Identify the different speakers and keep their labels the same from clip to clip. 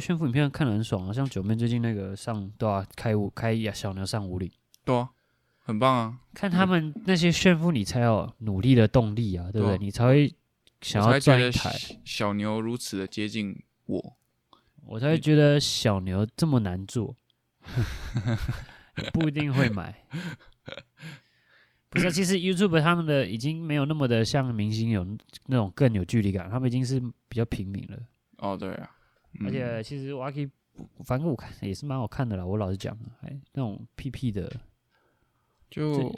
Speaker 1: 炫富影片看得很爽啊，像九妹最近那个上对吧、开五开小牛上五岭，
Speaker 2: 对啊，很棒啊，
Speaker 1: 看他们那些炫富，你才有努力的动力啊，对不对？
Speaker 2: 对啊
Speaker 1: 你才会想要
Speaker 2: 我才觉
Speaker 1: 赚
Speaker 2: 得
Speaker 1: 一台，
Speaker 2: 小小牛如此的接近我，
Speaker 1: 我才会觉得小牛这么难 做，不一定会买。不是啊，其实 YouTube 他们的已经没有那么的像明星有那种更有距离感，他们已经是比较平民了。
Speaker 2: 哦，对啊，嗯
Speaker 1: 而且其实 Waki，反正我看也是蛮好看的啦。我老实讲，哎，那种屁屁的，
Speaker 2: 就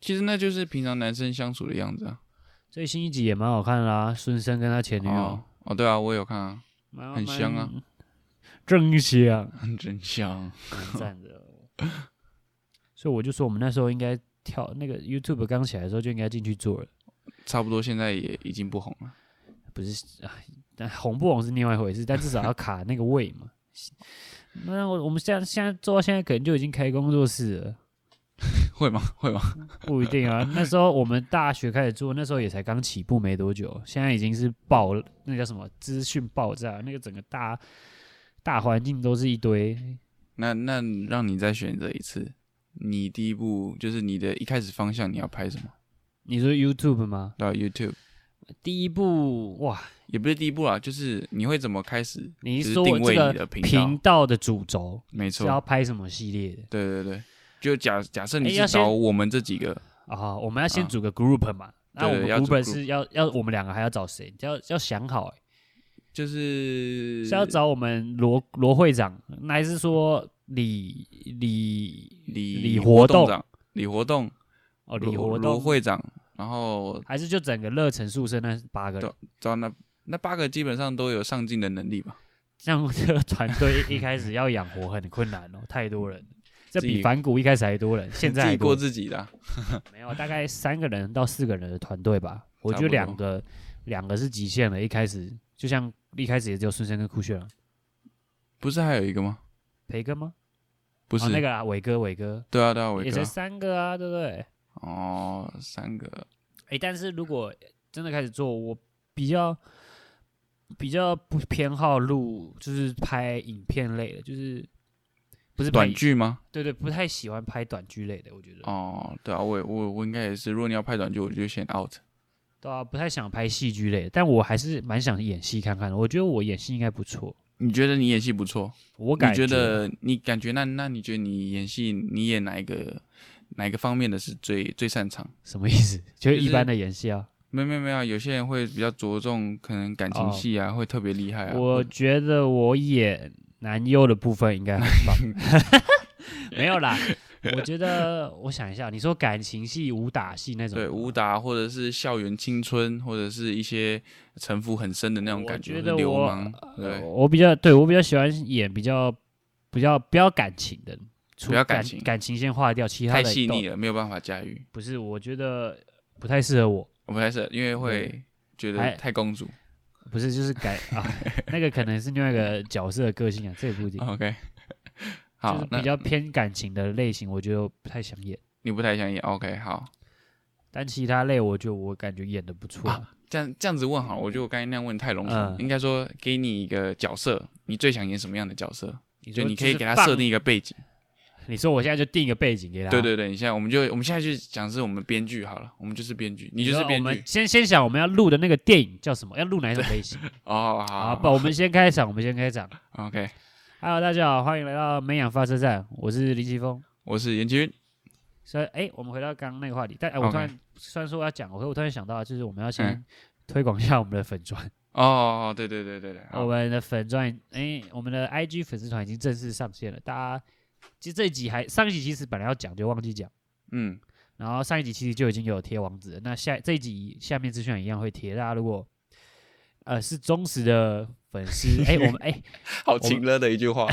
Speaker 2: 其实那就是平常男生相处的样子啊。
Speaker 1: 最新一集也蛮好看的啦。孙生跟他前女友
Speaker 2: 哦，哦，对啊，我有看啊，
Speaker 1: 蛮、
Speaker 2: 很香啊
Speaker 1: 蛮，真香，
Speaker 2: 真香。
Speaker 1: 蛮赞的。所以我就说，我们那时候应该跳那个 YouTube 刚起来的时候就应该进去做了，
Speaker 2: 差不多现在也已经不红了。
Speaker 1: 不是啊？但红不红是另外一回事，但至少要卡那个位嘛。那我我们现在现在做到现在，可能就已经开工作室了。
Speaker 2: 会吗？会吗？
Speaker 1: 不一定啊，那时候我们大学开始做，那时候也才刚起步没多久，现在已经是爆了，那叫什么资讯爆炸，那个整个大大环境都是一堆。
Speaker 2: 那那让你再选择一次，你第一步就是你的一开始方向，你要拍什么？
Speaker 1: 你说 YouTube 吗？
Speaker 2: 到 YouTube
Speaker 1: 第一步哇，
Speaker 2: 也不是第一步啊，就是你会怎么开始？
Speaker 1: 你
Speaker 2: 就是
Speaker 1: 说
Speaker 2: 定
Speaker 1: 我这
Speaker 2: 位你
Speaker 1: 个
Speaker 2: 的频
Speaker 1: 频
Speaker 2: 道，
Speaker 1: 道的主轴
Speaker 2: 没
Speaker 1: 是要
Speaker 2: 错，
Speaker 1: 拍什么系列的
Speaker 2: 对对对。就假假设你
Speaker 1: 哎要
Speaker 2: 是
Speaker 1: 先
Speaker 2: 找我们这几个，
Speaker 1: 啊？我们要
Speaker 2: 啊
Speaker 1: 先组个 group 嘛，那我
Speaker 2: 对
Speaker 1: 们
Speaker 2: 要组
Speaker 1: group
Speaker 2: group
Speaker 1: 是要要我们两个还要找谁？要要想好、欸，
Speaker 2: 就是
Speaker 1: 是要找我们罗罗会长，那还是说李李
Speaker 2: 李
Speaker 1: 李活
Speaker 2: 活
Speaker 1: 动
Speaker 2: 长、李活动、
Speaker 1: 哦李
Speaker 2: 罗
Speaker 1: 活
Speaker 2: 罗
Speaker 1: 动？
Speaker 2: 会长，然后
Speaker 1: 还是就整个乐城宿舍那八个人，
Speaker 2: 找那那八个基本上都有上进的能力吧？
Speaker 1: 这样这个团队一一开 始要养活很困难哦，太多人，这
Speaker 2: 嗯自
Speaker 1: 比
Speaker 2: 己
Speaker 1: 反骨一开始还多人，现在
Speaker 2: 自
Speaker 1: 还
Speaker 2: 己过
Speaker 1: 多
Speaker 2: 自己的啊、
Speaker 1: 没有大概三个人到四个人的团队吧，我
Speaker 2: 差
Speaker 1: 觉得
Speaker 2: 不
Speaker 1: 两
Speaker 2: 多
Speaker 1: 个两个是极限了，一开始就像一开始也只有孙生跟酷炫了，
Speaker 2: 不是还有一个吗？
Speaker 1: 培根吗？
Speaker 2: 不是、
Speaker 1: 哦、那个啊，伟哥伟哥
Speaker 2: 对啊，对啊，伟
Speaker 1: 也
Speaker 2: 哥
Speaker 1: 才
Speaker 2: 啊。
Speaker 1: 三个啊，对不对？
Speaker 2: 哦，三个
Speaker 1: 哎，但是如果真的开始做，我比较比较不偏好录，就是拍影片类的，就是不是拍
Speaker 2: 短
Speaker 1: 影
Speaker 2: 剧吗？
Speaker 1: 对对，不太喜欢拍短剧类的，我觉得。
Speaker 2: 哦，对啊，我也我我应该也是。如果你要拍短剧，我就先 out。
Speaker 1: 对啊，不太想拍戏剧类的，但我还是蛮想演戏看看的。我觉得我演戏应该不错，
Speaker 2: 你觉得你演戏不错？
Speaker 1: 我
Speaker 2: 你
Speaker 1: 感
Speaker 2: 觉得你感觉那那你觉得你演戏，你演哪一个哪一个方面的是最最擅长？
Speaker 1: 什么意思？ 就是
Speaker 2: 就是
Speaker 1: 一般的演戏啊。
Speaker 2: 没有没有没有，有些人会比较着重可能感情戏啊，会特别厉害啊。
Speaker 1: 哦我觉得我演男优的部分应该很棒。 没有啦，我觉得我想一下，你说感情戏、武打戏那种，
Speaker 2: 对武打或者是校园青春，或者是一些城府很深的那种
Speaker 1: 我
Speaker 2: 感
Speaker 1: 觉
Speaker 2: 或者
Speaker 1: 得
Speaker 2: 流
Speaker 1: 我
Speaker 2: 氓，
Speaker 1: 呃，
Speaker 2: 对，
Speaker 1: 我比较对我比较喜欢演比较比较比较感情的，除
Speaker 2: 不要感
Speaker 1: 感
Speaker 2: 情
Speaker 1: 感情先划掉，其他
Speaker 2: 太
Speaker 1: 的
Speaker 2: 细
Speaker 1: 都
Speaker 2: 腻了，没有办法驾驭。
Speaker 1: 不是，我觉得不太适合我。
Speaker 2: 我不太是，因为会觉
Speaker 1: 还
Speaker 2: 得太公主。
Speaker 1: 不是，就是 改啊，那个可能是另外一个角色的个性啊，这也不一定。
Speaker 2: OK，
Speaker 1: 就
Speaker 2: 好
Speaker 1: 是，
Speaker 2: 那
Speaker 1: 比较偏感情的类型，我觉得我不太想演。
Speaker 2: 你不太想演，OK，好，
Speaker 1: 但其他类，我觉得我感觉演的不错啊、
Speaker 2: 这样这样子问好了，我觉得我刚才那样问太笼统了，
Speaker 1: 嗯
Speaker 2: 应该说给你一个角色，你最想演什么样的角色？
Speaker 1: 你
Speaker 2: 就
Speaker 1: 说
Speaker 2: 你可
Speaker 1: 就
Speaker 2: 以
Speaker 1: 是
Speaker 2: 给他
Speaker 1: 放
Speaker 2: 设定，一个背景。
Speaker 1: 你说我现在就定一个背景给他。
Speaker 2: 对，对对，你现在我们就我们现在就讲是我们编剧好了，我们就是编剧，你就是
Speaker 1: 说
Speaker 2: 编
Speaker 1: 我们
Speaker 2: 剧。
Speaker 1: 先先想我们要录的那个电影叫什么？要录哪一种类 型？
Speaker 2: 哦，好
Speaker 1: 啊，
Speaker 2: 好
Speaker 1: 不，我们先开场，我们先开场。
Speaker 2: 好，OK，
Speaker 1: Hello，大家好，欢迎来到美养发射站，我是林奇峰。
Speaker 2: 我是严奇云。
Speaker 1: 所以，哎，我们回到刚刚那个话题，但哎，我
Speaker 2: OK
Speaker 1: 突然虽然说我要讲，我我突然想到，就是我们要
Speaker 2: 嗯
Speaker 1: 先推广一下我们的粉砖。
Speaker 2: 哦，对对对对对，
Speaker 1: 我
Speaker 2: 好，
Speaker 1: 们的粉钻，哎、我们的 IG 粉丝团已经正式上线了。大家其实这一集还上一集其实本来要讲就忘记讲，
Speaker 2: 嗯，
Speaker 1: 然后上一集其实就已经有贴网址了。那下这一集下面资讯栏一样会贴，大家如果呃是忠实的粉 丝，哎、我们哎、
Speaker 2: 好情了的一句话。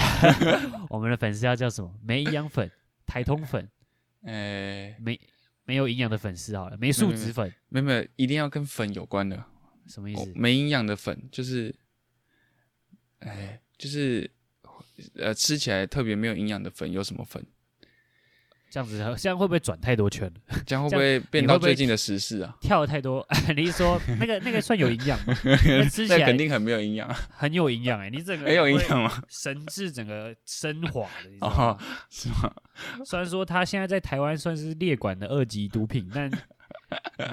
Speaker 1: 我们的粉丝要叫什么？没营养粉、台通粉、
Speaker 2: 哎，
Speaker 1: 没没有营养的粉丝好了，没素质粉
Speaker 2: 没有没有，一定要跟粉有关的，
Speaker 1: 什么意
Speaker 2: 哦
Speaker 1: 思？
Speaker 2: 没营养的粉，就是，哎，就是，呃，吃起来特别没有营养的粉有什么粉？
Speaker 1: 这样子这样会不会转太多圈了？
Speaker 2: 这样会不
Speaker 1: 这
Speaker 2: 会变
Speaker 1: 你
Speaker 2: 到
Speaker 1: 会不会
Speaker 2: 最近的时事啊？
Speaker 1: 跳太多？ 你是说那个那个算有营养 吗？那吃起
Speaker 2: 那肯
Speaker 1: 来
Speaker 2: 定很没有营养啊，
Speaker 1: 很有营养哎，你整个
Speaker 2: 很有营
Speaker 1: 会
Speaker 2: 养吗？
Speaker 1: 神智整个升华的，你知道吗
Speaker 2: 哦？，是吗？
Speaker 1: 虽然说它现在在台湾算是列管的二级毒品， 但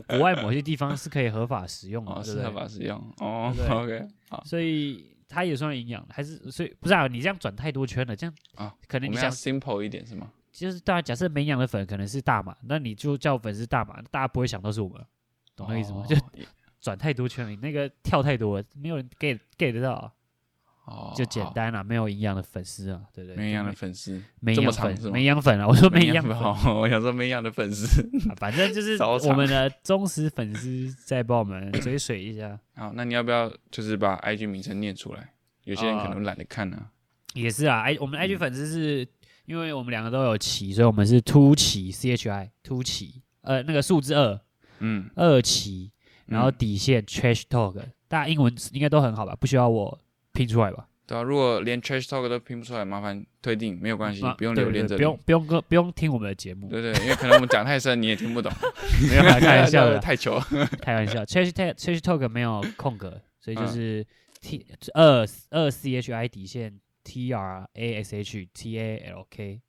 Speaker 1: 国外某些地方是可以合法使用的，
Speaker 2: 哦，
Speaker 1: 对
Speaker 2: 是
Speaker 1: 不
Speaker 2: 合
Speaker 1: 对？
Speaker 2: 法使用哦
Speaker 1: 对。不
Speaker 2: OK，好，
Speaker 1: 所以它也算营养，还是所以不是啊？你这样转太多圈了，这样
Speaker 2: 啊，
Speaker 1: 可
Speaker 2: 我
Speaker 1: 能
Speaker 2: 们
Speaker 1: 你
Speaker 2: 要
Speaker 1: 想
Speaker 2: simple 一点是吗？
Speaker 1: 就是大家假设没养的粉可能是大麻，那你就叫粉是大麻，大家不会想到是我们，懂那个意思吗？
Speaker 2: 哦
Speaker 1: 就转太多圈了，你那个跳太多了，没有人 get get 得到啊，
Speaker 2: 哦，
Speaker 1: 就简
Speaker 2: 好，
Speaker 1: 单啊啦，没有营养的粉丝啊，对不对？
Speaker 2: 没营养的 粉丝，
Speaker 1: 没
Speaker 2: 这
Speaker 1: 营养
Speaker 2: 么长是吗
Speaker 1: 粉，没营养粉啊，我说没营养
Speaker 2: 养
Speaker 1: 粉，
Speaker 2: 好，哦我想说没营养的粉丝。
Speaker 1: 啊反正就是
Speaker 2: 早场
Speaker 1: 我们的忠实粉丝在帮我们追随一下，
Speaker 2: 好，那你要不要就是把 IG 名称念出来？有些人可
Speaker 1: 啊
Speaker 2: 能懒得看呢。
Speaker 1: 也是啊。哎，我们的
Speaker 2: 嗯
Speaker 1: IG 粉丝是、因为我们两个都有旗，所以我们是突旗 C H I 突旗，呃，那个数字二
Speaker 2: 嗯，
Speaker 1: 二旗，然后
Speaker 2: 嗯
Speaker 1: 底线 Trash Talk，、大家英文应该都很好吧？不需要我拼出来吧？
Speaker 2: 对啊，如果连 trash talk 都拼不出来，麻烦退订，没有关系
Speaker 1: 啊，
Speaker 2: 不用
Speaker 1: 对
Speaker 2: 留恋
Speaker 1: 对
Speaker 2: 这
Speaker 1: 不
Speaker 2: 里。
Speaker 1: 用不用跟不用听我们的节目，
Speaker 2: 对对，因为可能我们讲太深，你也听不懂。 啊
Speaker 1: 没有 啦开玩笑的，
Speaker 2: 太糗。
Speaker 1: 开玩笑。Trash Talk Trash Talk 没有空格，所以就
Speaker 2: 嗯
Speaker 1: 是 T 二二 C H I 底线 T R A S H T A L K。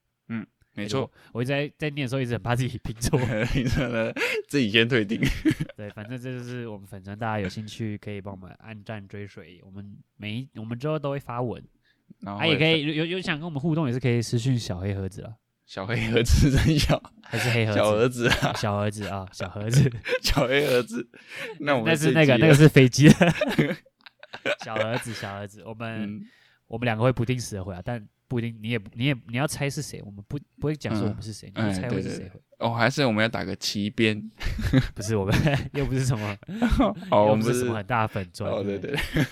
Speaker 2: 没错，，。
Speaker 1: 我一直在在念的时候一直很怕自己拼错
Speaker 2: 你真的自己先退订。
Speaker 1: 对，反正这就是我们粉专，大家有兴趣可以帮我们按赞追随。我们每一我们之后都会发文，
Speaker 2: 然后
Speaker 1: 啊，也可以有有想跟我们互动，也是可以私讯小黑盒子了，
Speaker 2: 小黑盒子真小
Speaker 1: 还是黑盒子？
Speaker 2: 小儿子啊，
Speaker 1: 小盒子啊，小盒子，
Speaker 2: 小黑盒 子。那我们
Speaker 1: 那是
Speaker 2: 这
Speaker 1: 那
Speaker 2: 一集
Speaker 1: 个那
Speaker 2: 啊
Speaker 1: 个， 是飞 机的小盒子，小盒子。我们、
Speaker 2: 嗯，
Speaker 1: 我们两个会不定时的回答，啊但不一定你也不你也你要猜是谁，我们不不会讲说我们是谁，
Speaker 2: 嗯
Speaker 1: 你就猜
Speaker 2: 哎
Speaker 1: 会
Speaker 2: 对
Speaker 1: 是
Speaker 2: 对
Speaker 1: 谁
Speaker 2: 对
Speaker 1: 回，
Speaker 2: 哦，还是我们要打个旗 边。
Speaker 1: 不是我们 又不是什么，
Speaker 2: 哦，
Speaker 1: 又
Speaker 2: 我
Speaker 1: 不
Speaker 2: 们
Speaker 1: 是什
Speaker 2: 是
Speaker 1: 么很大的粉砖，
Speaker 2: 哦，对
Speaker 1: 不
Speaker 2: 对，对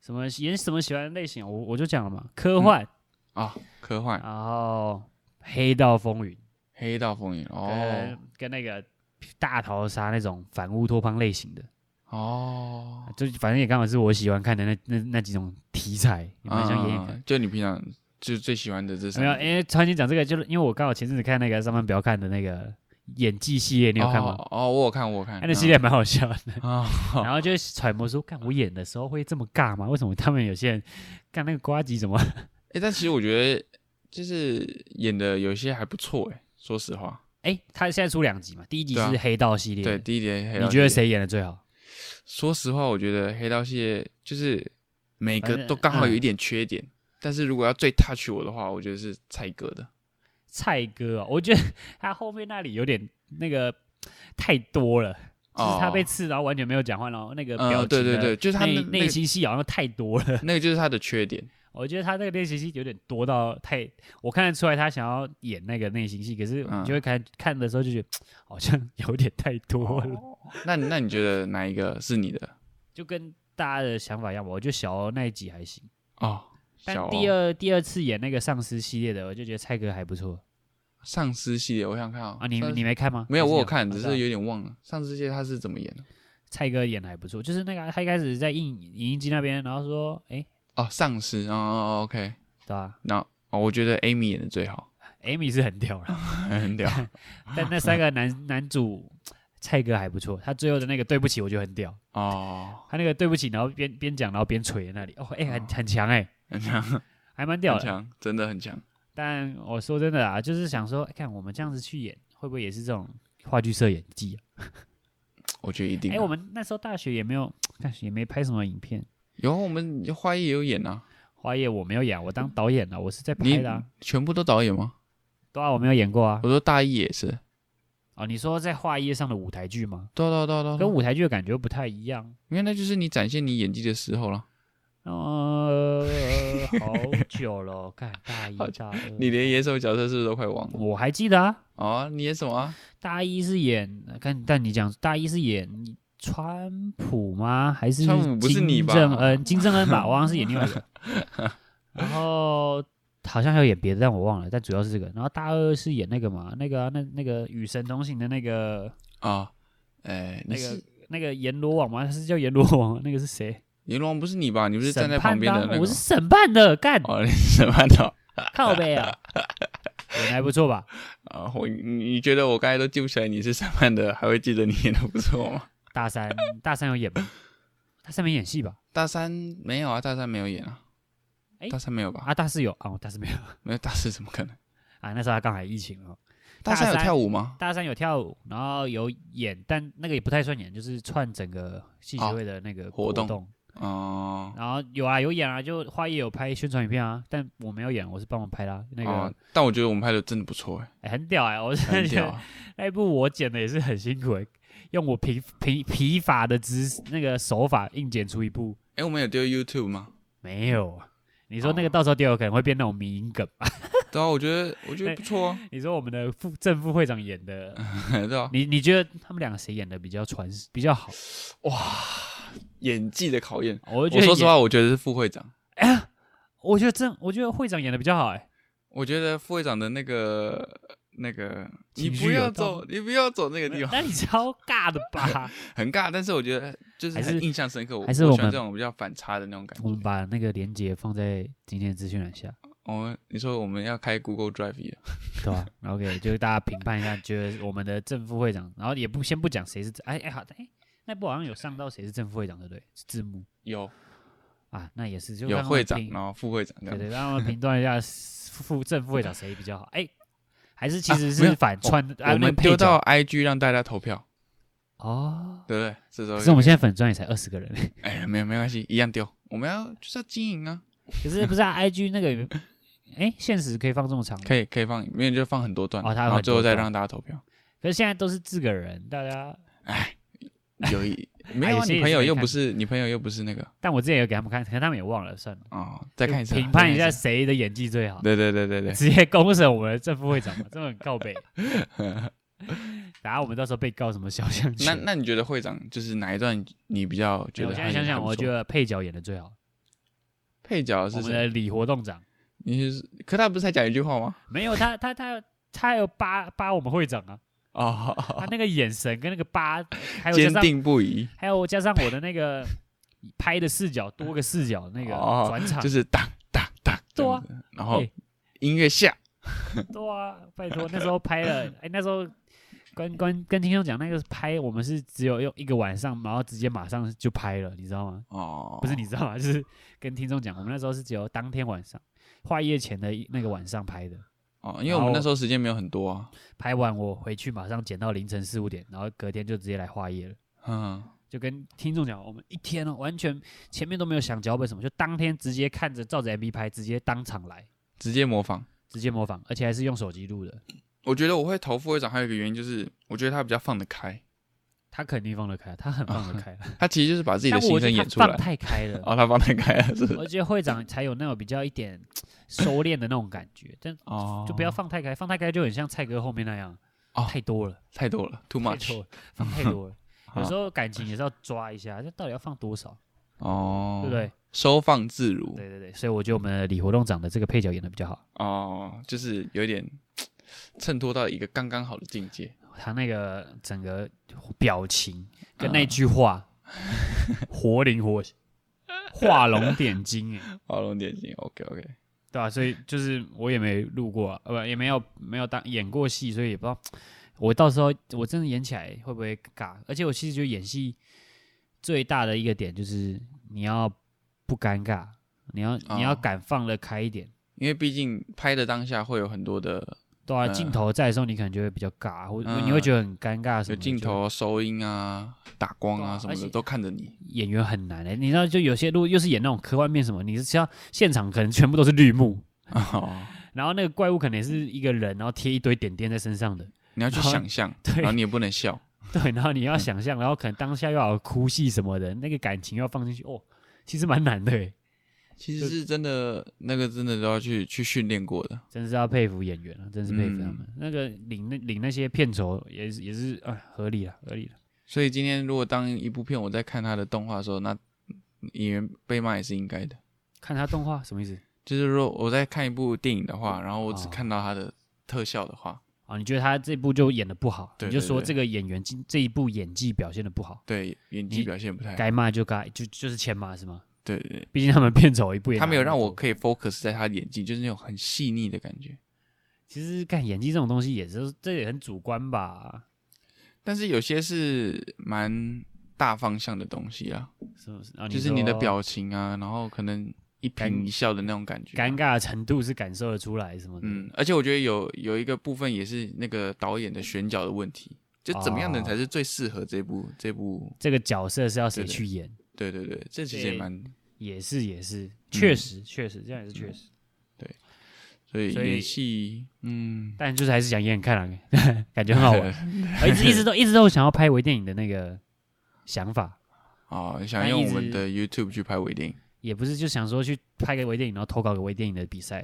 Speaker 1: 什么演什么喜欢的类型，我我就讲了
Speaker 2: 嗯
Speaker 1: 嘛，科幻，
Speaker 2: 啊，科幻
Speaker 1: 然后黑道风云，
Speaker 2: 黑道风云
Speaker 1: 跟、
Speaker 2: 哦
Speaker 1: 跟那个大逃杀那种反乌托邦类型的，
Speaker 2: 哦，
Speaker 1: 就反正也刚好是我喜欢看的那那那几种题材，你们想演演看。
Speaker 2: 啊，就你平常就最喜欢的这三
Speaker 1: 没有，
Speaker 2: 个
Speaker 1: 因为突然间讲这个，就是因为我刚好前阵子看那个上班不要看的那个演技系列，你有看吗？
Speaker 2: 哦？哦，我有看，我有看。
Speaker 1: 哎那系列蛮好笑的，
Speaker 2: 啊，
Speaker 1: 然后就揣摩说，看我演的时候会这么尬吗？为什么他们有些人干那个瓜吉怎么？
Speaker 2: 哎，但其实我觉得就是演的有些还不错，哎，说实话。
Speaker 1: 哎，他现在出两集嘛，第一集
Speaker 2: 对啊
Speaker 1: 是黑道系列，
Speaker 2: 对，第一点黑道。
Speaker 1: 你觉得？谁演的最好？
Speaker 2: 说实话，我觉得黑道系列就是每
Speaker 1: 反
Speaker 2: 个
Speaker 1: 正
Speaker 2: 都刚好有一
Speaker 1: 嗯
Speaker 2: 点缺点，但是如果要最 touch 我的话，我觉得是蔡哥的。
Speaker 1: 蔡哥、哦，我觉得 他后面那里有点那个太多了，就是他被
Speaker 2: 哦
Speaker 1: 刺，然后完全没有讲话，然后那个
Speaker 2: 嗯
Speaker 1: 表情、
Speaker 2: 对对对就是他
Speaker 1: 内
Speaker 2: 那那
Speaker 1: 内心戏好像太多了。
Speaker 2: 那个就是他的缺点。
Speaker 1: 我觉得他那个内心戏有点多到太，我看得出来他想要演那个内心戏，可是
Speaker 2: 嗯
Speaker 1: 你就会看、看的时候就觉得好像 有点太多了，
Speaker 2: 那你那你觉得哪一个是你的？
Speaker 1: 就跟大家的想法一样吧。我觉得小欧那一集还行，
Speaker 2: 哦，小
Speaker 1: 但
Speaker 2: 欧
Speaker 1: 第二第二次演那个丧尸系列的，我就觉得蔡哥还不错
Speaker 2: 丧尸系列，我想看啊
Speaker 1: 啊。你
Speaker 2: 丧
Speaker 1: 你没看吗？
Speaker 2: 没有，
Speaker 1: 还
Speaker 2: 我有
Speaker 1: 有
Speaker 2: 看，
Speaker 1: 哦
Speaker 2: 只
Speaker 1: 啊
Speaker 2: 是有点忘了上次界他是怎么演的
Speaker 1: 蔡哥演的还不错，就是那个他一开始在影影音机那边，然后说，哎、
Speaker 2: 哦，丧尸哦哦哦，OK，
Speaker 1: 对吧、
Speaker 2: 那哦，我觉得 Amy 演的最好，
Speaker 1: a m y 是很屌了，
Speaker 2: 很屌，
Speaker 1: 但那三个男男主蔡哥还不错，他最后的那个对不起，我觉得很屌，
Speaker 2: 哦，
Speaker 1: 他那个对不起，然后边边讲然后边捶的那里，哦，哎、很很强哎、
Speaker 2: 很强，很
Speaker 1: 还蛮屌的。
Speaker 2: 强，真的很强，
Speaker 1: 但我说真的啊，就是想说，哎看我们这样子去演，会不会也是这种话剧社演技、啊？
Speaker 2: 我觉得一定
Speaker 1: 哎、
Speaker 2: 啊。
Speaker 1: 我们那时候大学也没有，大学也没拍什么影片。
Speaker 2: 有啊我们花艺也有演啊，
Speaker 1: 花叶我没有演，我当导演了、我是在拍
Speaker 2: 嗯你
Speaker 1: 的、啊。
Speaker 2: 全部都导演吗？
Speaker 1: 对啊，我没有演过啊
Speaker 2: 我。说大一也是，
Speaker 1: 哦，你说在画页上的舞台剧吗？
Speaker 2: 对啊对啊对啊对
Speaker 1: 跟
Speaker 2: 啊，
Speaker 1: 舞台剧的感觉不太一样。
Speaker 2: 因为那就是你展现你演技的时候了。
Speaker 1: 呃，好久了， 看大一、
Speaker 2: 好
Speaker 1: 大二，
Speaker 2: 你连演什么角色是不是都快忘了？
Speaker 1: 我还记得啊。
Speaker 2: 哦，你演什么啊？
Speaker 1: 大一是演，看，但你讲大一是演川普吗？还是
Speaker 2: 川普不是你
Speaker 1: 金
Speaker 2: 吧
Speaker 1: 正恩，金正恩吧，我好像是演另外一 个。然后好像还有演别的，但我忘了，但主要是这个。然后大二是演那个嘛，那个啊、那那个与神同行的那个
Speaker 2: 啊，哎，
Speaker 1: 那
Speaker 2: 你是
Speaker 1: 个那个阎罗王吗？他是叫阎罗王吗，那个是谁？
Speaker 2: 阎罗王不是你吧？你不是
Speaker 1: 审
Speaker 2: 站在
Speaker 1: 判
Speaker 2: 旁边
Speaker 1: 啊
Speaker 2: 的那个
Speaker 1: 我
Speaker 2: 吗
Speaker 1: 是？审判的，干
Speaker 2: 哦，你是审判的哦。
Speaker 1: 靠背啊！演得还不错吧？
Speaker 2: 啊，我你你觉得我刚才都记不起来你是三班的，还会记得你演的不 错吗？
Speaker 1: 大三，大三有演吗？大三没演戏吧？
Speaker 2: 大三没有啊，大三没有演啊，
Speaker 1: 哎
Speaker 2: 大三没有吧？
Speaker 1: 啊，大四有啊，我大四没有
Speaker 2: 没有大四怎么可能？
Speaker 1: 啊，那时候他刚好疫情哦。
Speaker 2: 大三有
Speaker 1: 大三
Speaker 2: 跳舞吗？
Speaker 1: 大三有跳舞，然后有演，但那个也不太算演，就是串整个戏剧会的那个
Speaker 2: 哦活动
Speaker 1: 动。
Speaker 2: 哦、
Speaker 1: 然后有啊，有演啊，就花艺有拍宣传影片啊，但我没有演，我是帮忙拍啦、那个、
Speaker 2: 哦但我觉得我们拍的真的 不错哎、
Speaker 1: 哎很屌哎、我真
Speaker 2: 很
Speaker 1: 的觉
Speaker 2: 屌
Speaker 1: 得
Speaker 2: 啊、
Speaker 1: 那一部我剪的也是很辛苦、欸，用我疲疲疲乏的姿那个手法硬剪出一部
Speaker 2: 哎、我们有丢 YouTube 吗？
Speaker 1: 没有啊。你说那
Speaker 2: 哦
Speaker 1: 个到时候丢有可能会变那种迷因梗 吧？
Speaker 2: 对啊，我觉得我觉得不错啊，
Speaker 1: 你说我们的副正副会长演 的，
Speaker 2: 对啊，
Speaker 1: 你你觉得他们两个谁演的比较传比较好？
Speaker 2: 演技的考验。
Speaker 1: 我觉
Speaker 2: 我
Speaker 1: 得
Speaker 2: 说实
Speaker 1: 演，
Speaker 2: 话，我觉得是副会长，
Speaker 1: 我觉得正我觉得会长演的比较好哎、
Speaker 2: 我觉得副会长的那个那个，你
Speaker 1: 情绪
Speaker 2: 不
Speaker 1: 有
Speaker 2: 要
Speaker 1: 到
Speaker 2: 走，你不要走那个地方，
Speaker 1: 那你超尬的吧？
Speaker 2: 很尬，但是我觉得就是
Speaker 1: 还是
Speaker 2: 很印象深刻。我
Speaker 1: 还是
Speaker 2: 我
Speaker 1: 我
Speaker 2: 喜欢
Speaker 1: 们
Speaker 2: 这种比较反差的那种感
Speaker 1: 我们
Speaker 2: 觉。
Speaker 1: 把那个连接放在今天的资讯栏 下，
Speaker 2: 哦，你说我们要开 Google Drive 了
Speaker 1: 对吧、o k 就是大家评判一下，觉得我们的正副会长，然后也不先不讲谁是哎哎好哎，那部好像有上到谁是正副会长对不对？是字幕
Speaker 2: 有
Speaker 1: 啊，那也是就
Speaker 2: 有
Speaker 1: 让他
Speaker 2: 会
Speaker 1: 们
Speaker 2: 长，
Speaker 1: 评
Speaker 2: 然后副会长这
Speaker 1: 对
Speaker 2: 样。
Speaker 1: 对，让他们评断一下副正副会长谁比较好。哎，还是其
Speaker 2: 啊
Speaker 1: 实
Speaker 2: 没有
Speaker 1: 是反串的，啊
Speaker 2: 我
Speaker 1: 那个
Speaker 2: 们
Speaker 1: 配
Speaker 2: 丢
Speaker 1: 角
Speaker 2: 到 IG 让大家投票，
Speaker 1: 哦。
Speaker 2: 对不对？这时候
Speaker 1: 可是我们现在粉钻也才二十个人，
Speaker 2: 哎，没有没关系，一样丢。我们要就是要经营啊，
Speaker 1: 可是不是啊？IG 那个，哎，现实可以放这么长吗？
Speaker 2: 可以可以放，没有就放很多段，
Speaker 1: 嗯哦它有
Speaker 2: 然后
Speaker 1: 很
Speaker 2: 最后
Speaker 1: 多
Speaker 2: 再
Speaker 1: 段
Speaker 2: 让大家投票。
Speaker 1: 可是现在都是四个人，大家
Speaker 2: 有一没有
Speaker 1: 有
Speaker 2: 啊？
Speaker 1: 些
Speaker 2: 你
Speaker 1: 也
Speaker 2: 朋
Speaker 1: 是
Speaker 2: 友
Speaker 1: 可以
Speaker 2: 又
Speaker 1: 看
Speaker 2: 不
Speaker 1: 的
Speaker 2: 是你朋友又不是那个
Speaker 1: 但我之前有给他们看，可能他们也忘了，算了。
Speaker 2: 哦，再看一次啊
Speaker 1: 评判一。
Speaker 2: 再
Speaker 1: 下
Speaker 2: 看次
Speaker 1: 谁的演技最好，
Speaker 2: 对对对对对，
Speaker 1: 直接公审我们的正副会长嘛，这么很靠 背。然后我们到时候被告什么肖像
Speaker 2: 那
Speaker 1: 权？
Speaker 2: 那你觉得会长就是哪一段你比较觉
Speaker 1: 没有
Speaker 2: 得
Speaker 1: 哎我
Speaker 2: 还？
Speaker 1: 现在想
Speaker 2: 还
Speaker 1: 想，
Speaker 2: 不
Speaker 1: 我
Speaker 2: 错
Speaker 1: 觉得配角演的最好。
Speaker 2: 配角
Speaker 1: 我
Speaker 2: 是
Speaker 1: 们
Speaker 2: 谁？
Speaker 1: 的李活动长
Speaker 2: 你是可他不是才讲一句话吗？
Speaker 1: 没有他，他他他有扒扒我们会长啊，他
Speaker 2: 哦，
Speaker 1: 那个眼神跟那个扒， 还有加
Speaker 2: 坚
Speaker 1: 上
Speaker 2: 定不移，
Speaker 1: 还有加上我的那个拍的视角多个视角那个
Speaker 2: 哦
Speaker 1: 转场
Speaker 2: 就，是当当当，这
Speaker 1: 啊对
Speaker 2: 样
Speaker 1: 啊
Speaker 2: 子，然后
Speaker 1: 哎
Speaker 2: 音乐下，
Speaker 1: 对啊，拜托，那时候拍了， 哎、那时候跟跟跟听众讲，那个拍我们是只有用一个晚上，然后直接马上就拍了，你知道吗？
Speaker 2: 哦，
Speaker 1: 不是你知道吗？就是跟听众讲，我们那时候是只有当天晚上画夜前的一那个晚上拍的，
Speaker 2: 哦，因为
Speaker 1: 然
Speaker 2: 我们
Speaker 1: 后
Speaker 2: 那时候时间没有很多啊，
Speaker 1: 拍完我回去马上剪到凌晨四五点，然后隔天就直接来画夜了。
Speaker 2: 嗯，
Speaker 1: 就跟听众讲，我们一天哦，完全前面都没有想脚本什么，就当天直接看着照着 MV 拍，直接当场来，
Speaker 2: 直接模仿。
Speaker 1: 直接模仿，而且还是用手机录的，
Speaker 2: 我觉得我会投副会长，还有一个原因就是，我觉得他比较放得开，
Speaker 1: 他肯定放得开，他很放得开，
Speaker 2: 他其实就是把自己的
Speaker 1: 但
Speaker 2: 心
Speaker 1: 我觉
Speaker 2: 声
Speaker 1: 得
Speaker 2: 演
Speaker 1: 他
Speaker 2: 出
Speaker 1: 放
Speaker 2: 来。
Speaker 1: 太开了，
Speaker 2: 哦，他放得开了，是不是
Speaker 1: 我觉得会长才有那种比较一点呃收敛的那种感觉，但
Speaker 2: 哦，
Speaker 1: 就不要放太开，放太开就很像蔡哥后面那样，
Speaker 2: 哦
Speaker 1: 太多了，
Speaker 2: 太多了，too
Speaker 1: 太
Speaker 2: much
Speaker 1: 多。了，放太多 了。有时
Speaker 2: 候
Speaker 1: 候感情也是要抓一下，这到底要放多少，
Speaker 2: 哦，
Speaker 1: 对不？对？
Speaker 2: 收放自如，
Speaker 1: 对对对，所以我觉得我们的李活动长的这个配角演的比较好，
Speaker 2: 哦，就是有点衬托到一个刚刚好的境界。
Speaker 1: 他那个整个表情跟那句话，嗯 活灵活现，画龙点睛哎。
Speaker 2: 画龙点睛，OK OK。
Speaker 1: 对啊，所以就是我也没录过、啊，呃，不，也没有没有当演过戏，所以也不知道我到时候我真的演起来会不会尬。而且我其实觉得演戏最大的一个点就是你要不尴尬，你要
Speaker 2: 哦
Speaker 1: 你要敢放得开一点。
Speaker 2: 因为毕竟拍的当下会有很多的
Speaker 1: 对啊，
Speaker 2: 嗯
Speaker 1: 镜头在的时候你可能就会比较尬，或、
Speaker 2: 嗯
Speaker 1: 你会觉得很尴尬什么的。
Speaker 2: 有镜
Speaker 1: 就
Speaker 2: 头、收音啊、打光
Speaker 1: 对
Speaker 2: 啊
Speaker 1: 啊
Speaker 2: 什么
Speaker 1: 而
Speaker 2: 的
Speaker 1: 且
Speaker 2: 都看 着你。
Speaker 1: 演员很难的、欸你知道，就有些如果又是演那种科幻片什么，你是知道现场可能全部都是绿幕，
Speaker 2: 哦，
Speaker 1: 然后那个怪物可能也是一个人，然后贴一堆点点在身上的。
Speaker 2: 你要去
Speaker 1: 然后
Speaker 2: 想象，
Speaker 1: 对
Speaker 2: 然后你也不能 笑。
Speaker 1: 对，然后你要想象，然后可能当下又要有哭戏什么的，那个感情要放进去，哦，其实蛮难的欸耶，
Speaker 2: 其实是真的，那个真的都要去去训练过的。
Speaker 1: 真是要佩服演员啊，真是佩服他
Speaker 2: 嗯
Speaker 1: 们。那个领那领那些片酬也是也是啊，合理了，合理了。
Speaker 2: 所以今天如果当一部片我在看他的动画的时候，那演员被骂也是应该的。
Speaker 1: 看他动画什么意思
Speaker 2: 就是说我在看一部电影的话，然后我只
Speaker 1: 哦
Speaker 2: 看到他的特效的话，
Speaker 1: 啊？你觉得他这部就演的不好，
Speaker 2: 对
Speaker 1: 你就
Speaker 2: 对
Speaker 1: 说
Speaker 2: 对
Speaker 1: 这个演员今这一部演技表现的不好，
Speaker 2: 对演技
Speaker 1: 你
Speaker 2: 表现不太好。
Speaker 1: 该骂就该就就是欠骂是吗？
Speaker 2: 对对对，
Speaker 1: 毕竟他们片酬一部也
Speaker 2: 他没有
Speaker 1: 拿那
Speaker 2: 让
Speaker 1: 么
Speaker 2: 我
Speaker 1: 多
Speaker 2: 可以 focus 在他的演技，就是那种很细腻的感觉。
Speaker 1: 其实看演技这种东西也是，这也很主观吧？
Speaker 2: 但是有些是蛮大方向的东西啊，
Speaker 1: 是不是？啊
Speaker 2: 就是你的
Speaker 1: 说
Speaker 2: 表情啊，然后可能一颦一笑的那种感觉啊、
Speaker 1: 尴尬的程度是感受得出来什么的。
Speaker 2: 嗯，而且我觉得有有一个部分也是那个导演的选角的问题，就怎么样的
Speaker 1: 哦
Speaker 2: 人才是最适合这部、这部？
Speaker 1: 这个角色是要谁
Speaker 2: 对的
Speaker 1: 去演？
Speaker 2: 对对对，这其实也
Speaker 1: 对
Speaker 2: 蛮
Speaker 1: 也是也是，
Speaker 2: 嗯
Speaker 1: 确实确实这样也是确实，
Speaker 2: 所以
Speaker 1: 所以
Speaker 2: 演戏，嗯，
Speaker 1: 但就是还是想演演看啊， 感觉很好 玩。我一直一直都一直都有想要拍微电影的那个想法，
Speaker 2: 啊，想
Speaker 1: 但
Speaker 2: 用
Speaker 1: 一
Speaker 2: 我
Speaker 1: 直
Speaker 2: 们的 YouTube 去拍微电影，
Speaker 1: 也不是就想说去拍个微电影，然后投稿个微电影的比赛，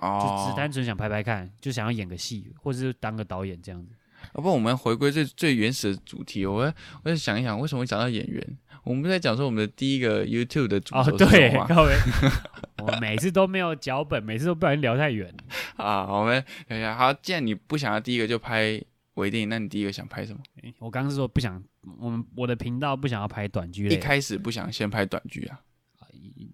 Speaker 1: 就
Speaker 2: 哦
Speaker 1: 只，单纯想拍拍看，就想要演个戏，或者是当个导演这样子。
Speaker 2: 啊要不然我们回归最最原始的主题，我我在想一想，为什么会讲到演员？我们不是在讲说我们的第一个 YouTube 的主
Speaker 1: 哦，
Speaker 2: 轴是
Speaker 1: 对
Speaker 2: 什么，吗？
Speaker 1: 各 位，我每次都没有脚本，每次都不小心聊太远。
Speaker 2: 啊，我们等一下，好，既然你不想要第一个就拍微电影，那你第一个想拍什么？
Speaker 1: 诶我刚刚是说不想，我们我的频道不想要拍短剧
Speaker 2: 一
Speaker 1: 类的，
Speaker 2: 开始不想先拍短剧啊？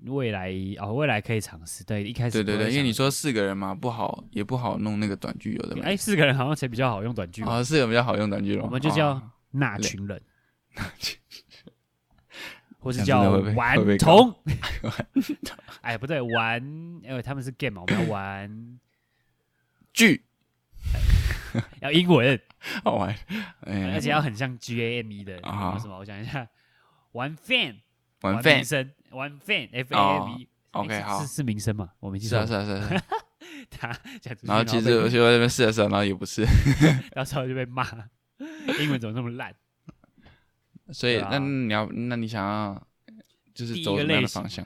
Speaker 1: 未来哦，未来可以尝试。对，一开始
Speaker 2: 对对
Speaker 1: 不会
Speaker 2: 对，因为
Speaker 1: 想
Speaker 2: 你说四个人嘛，不好也不好弄那个短剧，有的没
Speaker 1: 哎，四个人好像才比较好用短剧
Speaker 2: 的。
Speaker 1: 吧，
Speaker 2: 啊，四个人比较好用短剧了嘛，
Speaker 1: 我们就
Speaker 2: 哦
Speaker 1: 叫那群 人，或是
Speaker 2: 讲
Speaker 1: 叫
Speaker 2: 真的会被
Speaker 1: 顽
Speaker 2: 会被告
Speaker 1: 童。哎，不对，玩，哎，他们是 game 嘛，我们要玩，
Speaker 2: 剧
Speaker 1: 要英 文，
Speaker 2: 好玩，哎，
Speaker 1: 而且要很像 G A M E 的
Speaker 2: 啊
Speaker 1: 什么？我想一下，玩 fan，
Speaker 2: 玩
Speaker 1: 民
Speaker 2: fan。
Speaker 1: 生，玩 fan F A M E。
Speaker 2: OK，
Speaker 1: 哎
Speaker 2: 好
Speaker 1: 是，是民生嘛？我没记
Speaker 2: 是
Speaker 1: 错
Speaker 2: 啊，是，啊，是啊。是啊
Speaker 1: 他讲出去
Speaker 2: 然后其
Speaker 1: 被
Speaker 2: 实我就在那边试的时候，然后也 不是，
Speaker 1: 到时候就被骂，英文怎么那么烂？
Speaker 2: 所以
Speaker 1: 对啊
Speaker 2: 那你要，那你想要就是
Speaker 1: 第一
Speaker 2: 走
Speaker 1: 个
Speaker 2: 什么样
Speaker 1: 类
Speaker 2: 的
Speaker 1: 型
Speaker 2: 方向？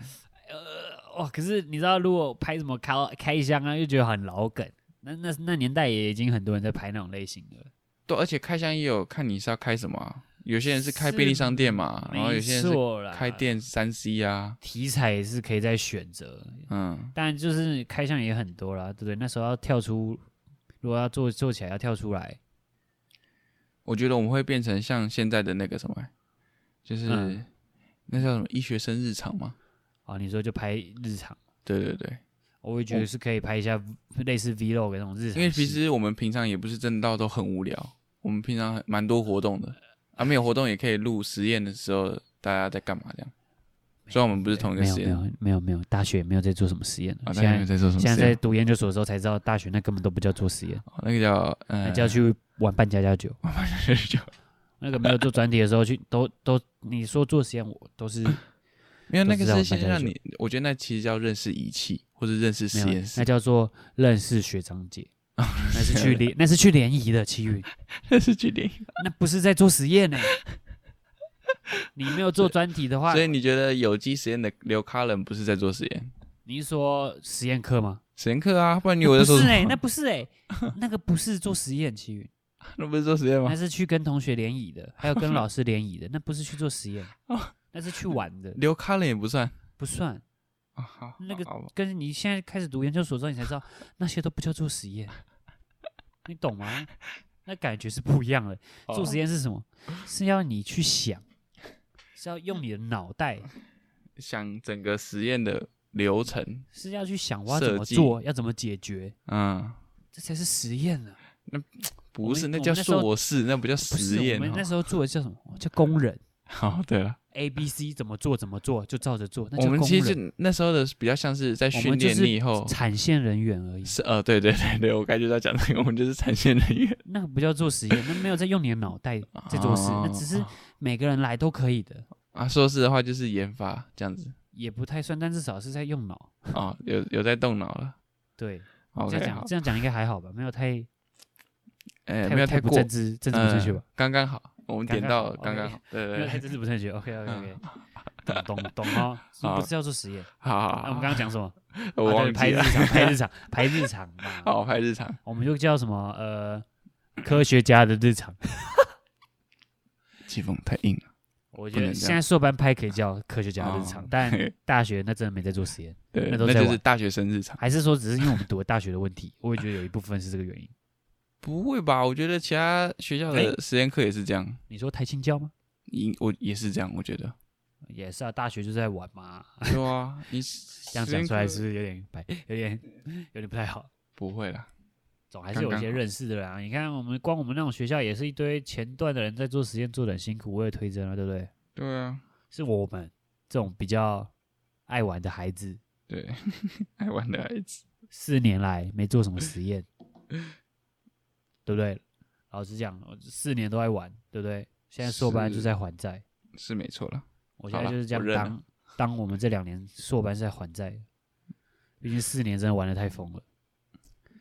Speaker 1: 哇，哦可是你知道，如果拍什么开开箱啊，又觉得很老梗。那那那年代也已经很多人在拍那种类型的了，
Speaker 2: 对，而且开箱也有看你是要开什么啊，有些人是开便利
Speaker 1: 是
Speaker 2: 商店嘛，然后有
Speaker 1: 没
Speaker 2: 些人是
Speaker 1: 错啦。
Speaker 2: 开店三 C 啊，
Speaker 1: 题材也是可以再选择，
Speaker 2: 嗯，
Speaker 1: 但就是开箱也很多啦，对不对？那时候要跳出，如果要做做起来要跳出来，
Speaker 2: 我觉得我们会变成像现在的那个什么，就是、
Speaker 1: 嗯
Speaker 2: 那叫什么医学生日常嘛，
Speaker 1: 啊，你说就拍日常，
Speaker 2: 对对对，
Speaker 1: 我会觉得是可以拍一下类似 vlog 那种日常戏，
Speaker 2: 因为其实我们平常也不是真的到都很无聊，我们平常蛮多活动的啊，没有活动也可以录实验的时候大家在干嘛这样，虽然我们不是同一个
Speaker 1: 没有
Speaker 2: 实
Speaker 1: 没
Speaker 2: 验
Speaker 1: 有没有没有，大学也没有在做什么实验了
Speaker 2: 啊，大
Speaker 1: 现
Speaker 2: 家有
Speaker 1: 在
Speaker 2: 在做什么
Speaker 1: 现在
Speaker 2: 实
Speaker 1: 在
Speaker 2: 验？
Speaker 1: 读研究所的时候才知道，大学那根本都不叫做实验，
Speaker 2: 哦那个叫
Speaker 1: 那
Speaker 2: 呃
Speaker 1: 叫去玩扮家家酒。
Speaker 2: 就
Speaker 1: 那个没有做专题的时候去，都都你说做实验，我都是
Speaker 2: 没有
Speaker 1: 都
Speaker 2: 那
Speaker 1: 知
Speaker 2: 个
Speaker 1: 道大
Speaker 2: 是先
Speaker 1: 家
Speaker 2: 让
Speaker 1: 就
Speaker 2: 你，我觉得那其实叫认识仪器或者认识
Speaker 1: 没
Speaker 2: 实
Speaker 1: 有
Speaker 2: 验，室
Speaker 1: 那，叫做认识学长姐，那是去联那是去联谊的奇遇，
Speaker 2: 认识据点。
Speaker 1: 那不是在做实验呢、你没有做专题的话，
Speaker 2: 所以你觉得有机实验的刘卡伦不是在做实验？
Speaker 1: 你是说实验课吗？
Speaker 2: 实验课啊，不然你以为
Speaker 1: 那
Speaker 2: 我在
Speaker 1: 不
Speaker 2: 说
Speaker 1: 是
Speaker 2: 什
Speaker 1: 哎、
Speaker 2: 么
Speaker 1: 那？不是哎、那个不是做实验，奇遇，
Speaker 2: 那不是做实验吗
Speaker 1: 那？是去跟同学联谊 的，还有跟老师联谊的，那不是去做实验，
Speaker 2: 哦
Speaker 1: 那是去玩 的，
Speaker 2: 刘卡伦也不算
Speaker 1: 不算。
Speaker 2: 啊。好，
Speaker 1: 那个
Speaker 2: 好吧
Speaker 1: 跟你现在开始读研究所之后，你才知 道那些都不叫做实验，你懂吗？那感觉是不一样的。
Speaker 2: 哦
Speaker 1: 做实验是什么？是要你去想，是要用你的脑袋，
Speaker 2: 想整个实验的流程，
Speaker 1: 是要去想我要怎么
Speaker 2: 设计
Speaker 1: 做，要怎么解决，
Speaker 2: 嗯，
Speaker 1: 这才是实验啊呢、
Speaker 2: 不是，
Speaker 1: 我们
Speaker 2: 那叫
Speaker 1: 我们那时候
Speaker 2: 硕士，那不叫
Speaker 1: 不是
Speaker 2: 实
Speaker 1: 我
Speaker 2: 验
Speaker 1: 们
Speaker 2: 哦。
Speaker 1: 那时候做的叫什么？叫工人
Speaker 2: 好，对了，
Speaker 1: A、B、C 怎么做怎么做就照着做，那
Speaker 2: 我
Speaker 1: 叫
Speaker 2: 们
Speaker 1: 工
Speaker 2: 其实
Speaker 1: 人
Speaker 2: 就那时候的比较像是在
Speaker 1: 我
Speaker 2: 训
Speaker 1: 们就
Speaker 2: 练
Speaker 1: 是
Speaker 2: 你以后
Speaker 1: 产线人员而已，
Speaker 2: 是呃，对对对对，我感觉到讲这个，我们就是产线人员
Speaker 1: 那个不叫做实验，那没有在用你的脑袋在做事，那只是每个人来都可以的。
Speaker 2: 啊。硕士的话就是研发这样子。
Speaker 1: 也不太算，但至少是在用脑。
Speaker 2: 哦，有有在动脑了。
Speaker 1: 对，哦这
Speaker 2: OK，
Speaker 1: 样
Speaker 2: 好
Speaker 1: 讲，这样讲应该还好吧？没有太
Speaker 2: 哎、
Speaker 1: 太
Speaker 2: 没有
Speaker 1: 太不
Speaker 2: 过，
Speaker 1: 政治政治不正确吧？
Speaker 2: 嗯刚刚好，我们点
Speaker 1: 刚刚好
Speaker 2: 到刚刚好，对对嗯
Speaker 1: 没有太
Speaker 2: 对，
Speaker 1: 政治不正确。OK OK OK，懂 懂懂 哦，
Speaker 2: 好
Speaker 1: 不是要做实验。
Speaker 2: 好好
Speaker 1: 那
Speaker 2: 好，
Speaker 1: 我们刚刚讲什么？
Speaker 2: 啊我
Speaker 1: 啊
Speaker 2: 忘
Speaker 1: 对拍
Speaker 2: 记
Speaker 1: 日
Speaker 2: 了，
Speaker 1: 常，拍日常，拍日常嘛。
Speaker 2: 好拍日常，
Speaker 1: 我们就叫什么呃，科学家的日常。
Speaker 2: 气氛太硬了，
Speaker 1: 我
Speaker 2: 不
Speaker 1: 觉
Speaker 2: 能
Speaker 1: 得
Speaker 2: 这样
Speaker 1: 现在硕班拍可以叫科学家的日常
Speaker 2: 哦，
Speaker 1: 但
Speaker 2: 嘿
Speaker 1: 大学那真的没在做实验，
Speaker 2: 对，
Speaker 1: 那
Speaker 2: 那
Speaker 1: 都在
Speaker 2: 就是
Speaker 1: 玩
Speaker 2: 大学生日常，
Speaker 1: 还是说只是因为我们读了大学的问题？我也觉得有一部分是这个原因。
Speaker 2: 不会吧？我觉得其他学校的
Speaker 1: 哎
Speaker 2: 实验课也是这样，
Speaker 1: 你说台青教吗？
Speaker 2: 应、我也是这样，我 觉得，
Speaker 1: 也是啊，大学就在玩嘛。
Speaker 2: 对啊，你
Speaker 1: 这样
Speaker 2: 实验
Speaker 1: 讲出来
Speaker 2: 课
Speaker 1: 是不是有点白，有点有点不太好？
Speaker 2: 不会啦，
Speaker 1: 总还是有一
Speaker 2: 刚
Speaker 1: 些
Speaker 2: 刚好
Speaker 1: 认识的人啊。你看，我们光我们那种学校也是一堆前段的人在做实验，做的很辛苦，为了推甄了，对不对？
Speaker 2: 对啊，
Speaker 1: 是我们这种比较爱玩的孩子，
Speaker 2: 对， 爱玩的孩子，
Speaker 1: 四年来没做什么实验，对不对？老实讲，我四年都在玩，对不对？现在硕班
Speaker 2: 是
Speaker 1: 就在还债，
Speaker 2: 是没错啦。
Speaker 1: 我现在
Speaker 2: 好啦
Speaker 1: 就是这
Speaker 2: 我
Speaker 1: 样
Speaker 2: 认了
Speaker 1: 当当我们这两年硕班是在还债，毕竟四年真的玩的太疯了，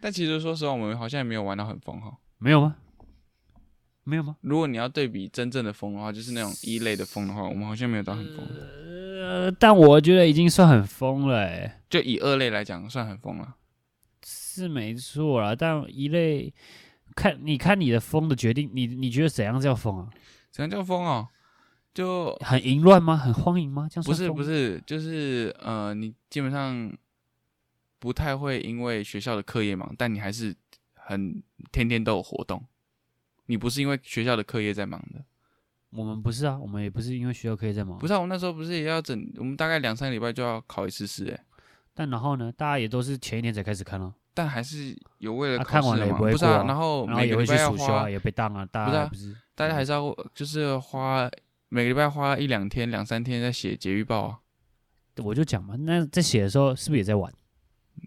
Speaker 2: 但其实说实话，我们好像也没有玩到很疯哈。
Speaker 1: 没有吗？没有吗？
Speaker 2: 如果你要对比真正的疯的话，就是那种一类的疯的话，我们好像没有到很疯。
Speaker 1: 呃，但我觉得已经算很疯了、欸，
Speaker 2: 就以二类来讲，算很疯了。
Speaker 1: 是没错啦。但一类看，你看你的疯的决定，你你觉得怎样叫疯啊？
Speaker 2: 怎样叫疯哦？就
Speaker 1: 很淫乱吗？很荒哦淫吗？这样
Speaker 2: 不
Speaker 1: 算
Speaker 2: 是
Speaker 1: 疯
Speaker 2: 不是，就是呃，你基本上不太会因为学校的课业忙，但你还是很天天都有活动。你不是因为学校的课业在忙的，
Speaker 1: 我们不是啊，我们也不是因为学校课业在忙。
Speaker 2: 不是、啊？我们那时候不是也要整，我们大概两三个礼拜就要考一次试，哎，
Speaker 1: 但然后呢，大家也都是前一年才开始看了，
Speaker 2: 但还是有为了
Speaker 1: 啊
Speaker 2: 考
Speaker 1: 看完了
Speaker 2: 试的
Speaker 1: 也
Speaker 2: 忙，
Speaker 1: 不会
Speaker 2: 是
Speaker 1: 过
Speaker 2: 啊？
Speaker 1: 啊
Speaker 2: 然后
Speaker 1: 然后
Speaker 2: 每
Speaker 1: 也
Speaker 2: 个
Speaker 1: 会
Speaker 2: 礼
Speaker 1: 去
Speaker 2: 拜要
Speaker 1: 暑修
Speaker 2: 花
Speaker 1: 啊，，也被当啊，大
Speaker 2: 不是
Speaker 1: 家
Speaker 2: 啊
Speaker 1: 也不是，
Speaker 2: 大家还是要就是花每个礼拜花一两天、两三天在写节育报啊。
Speaker 1: 我就讲嘛，那在写的时候是不是也在玩？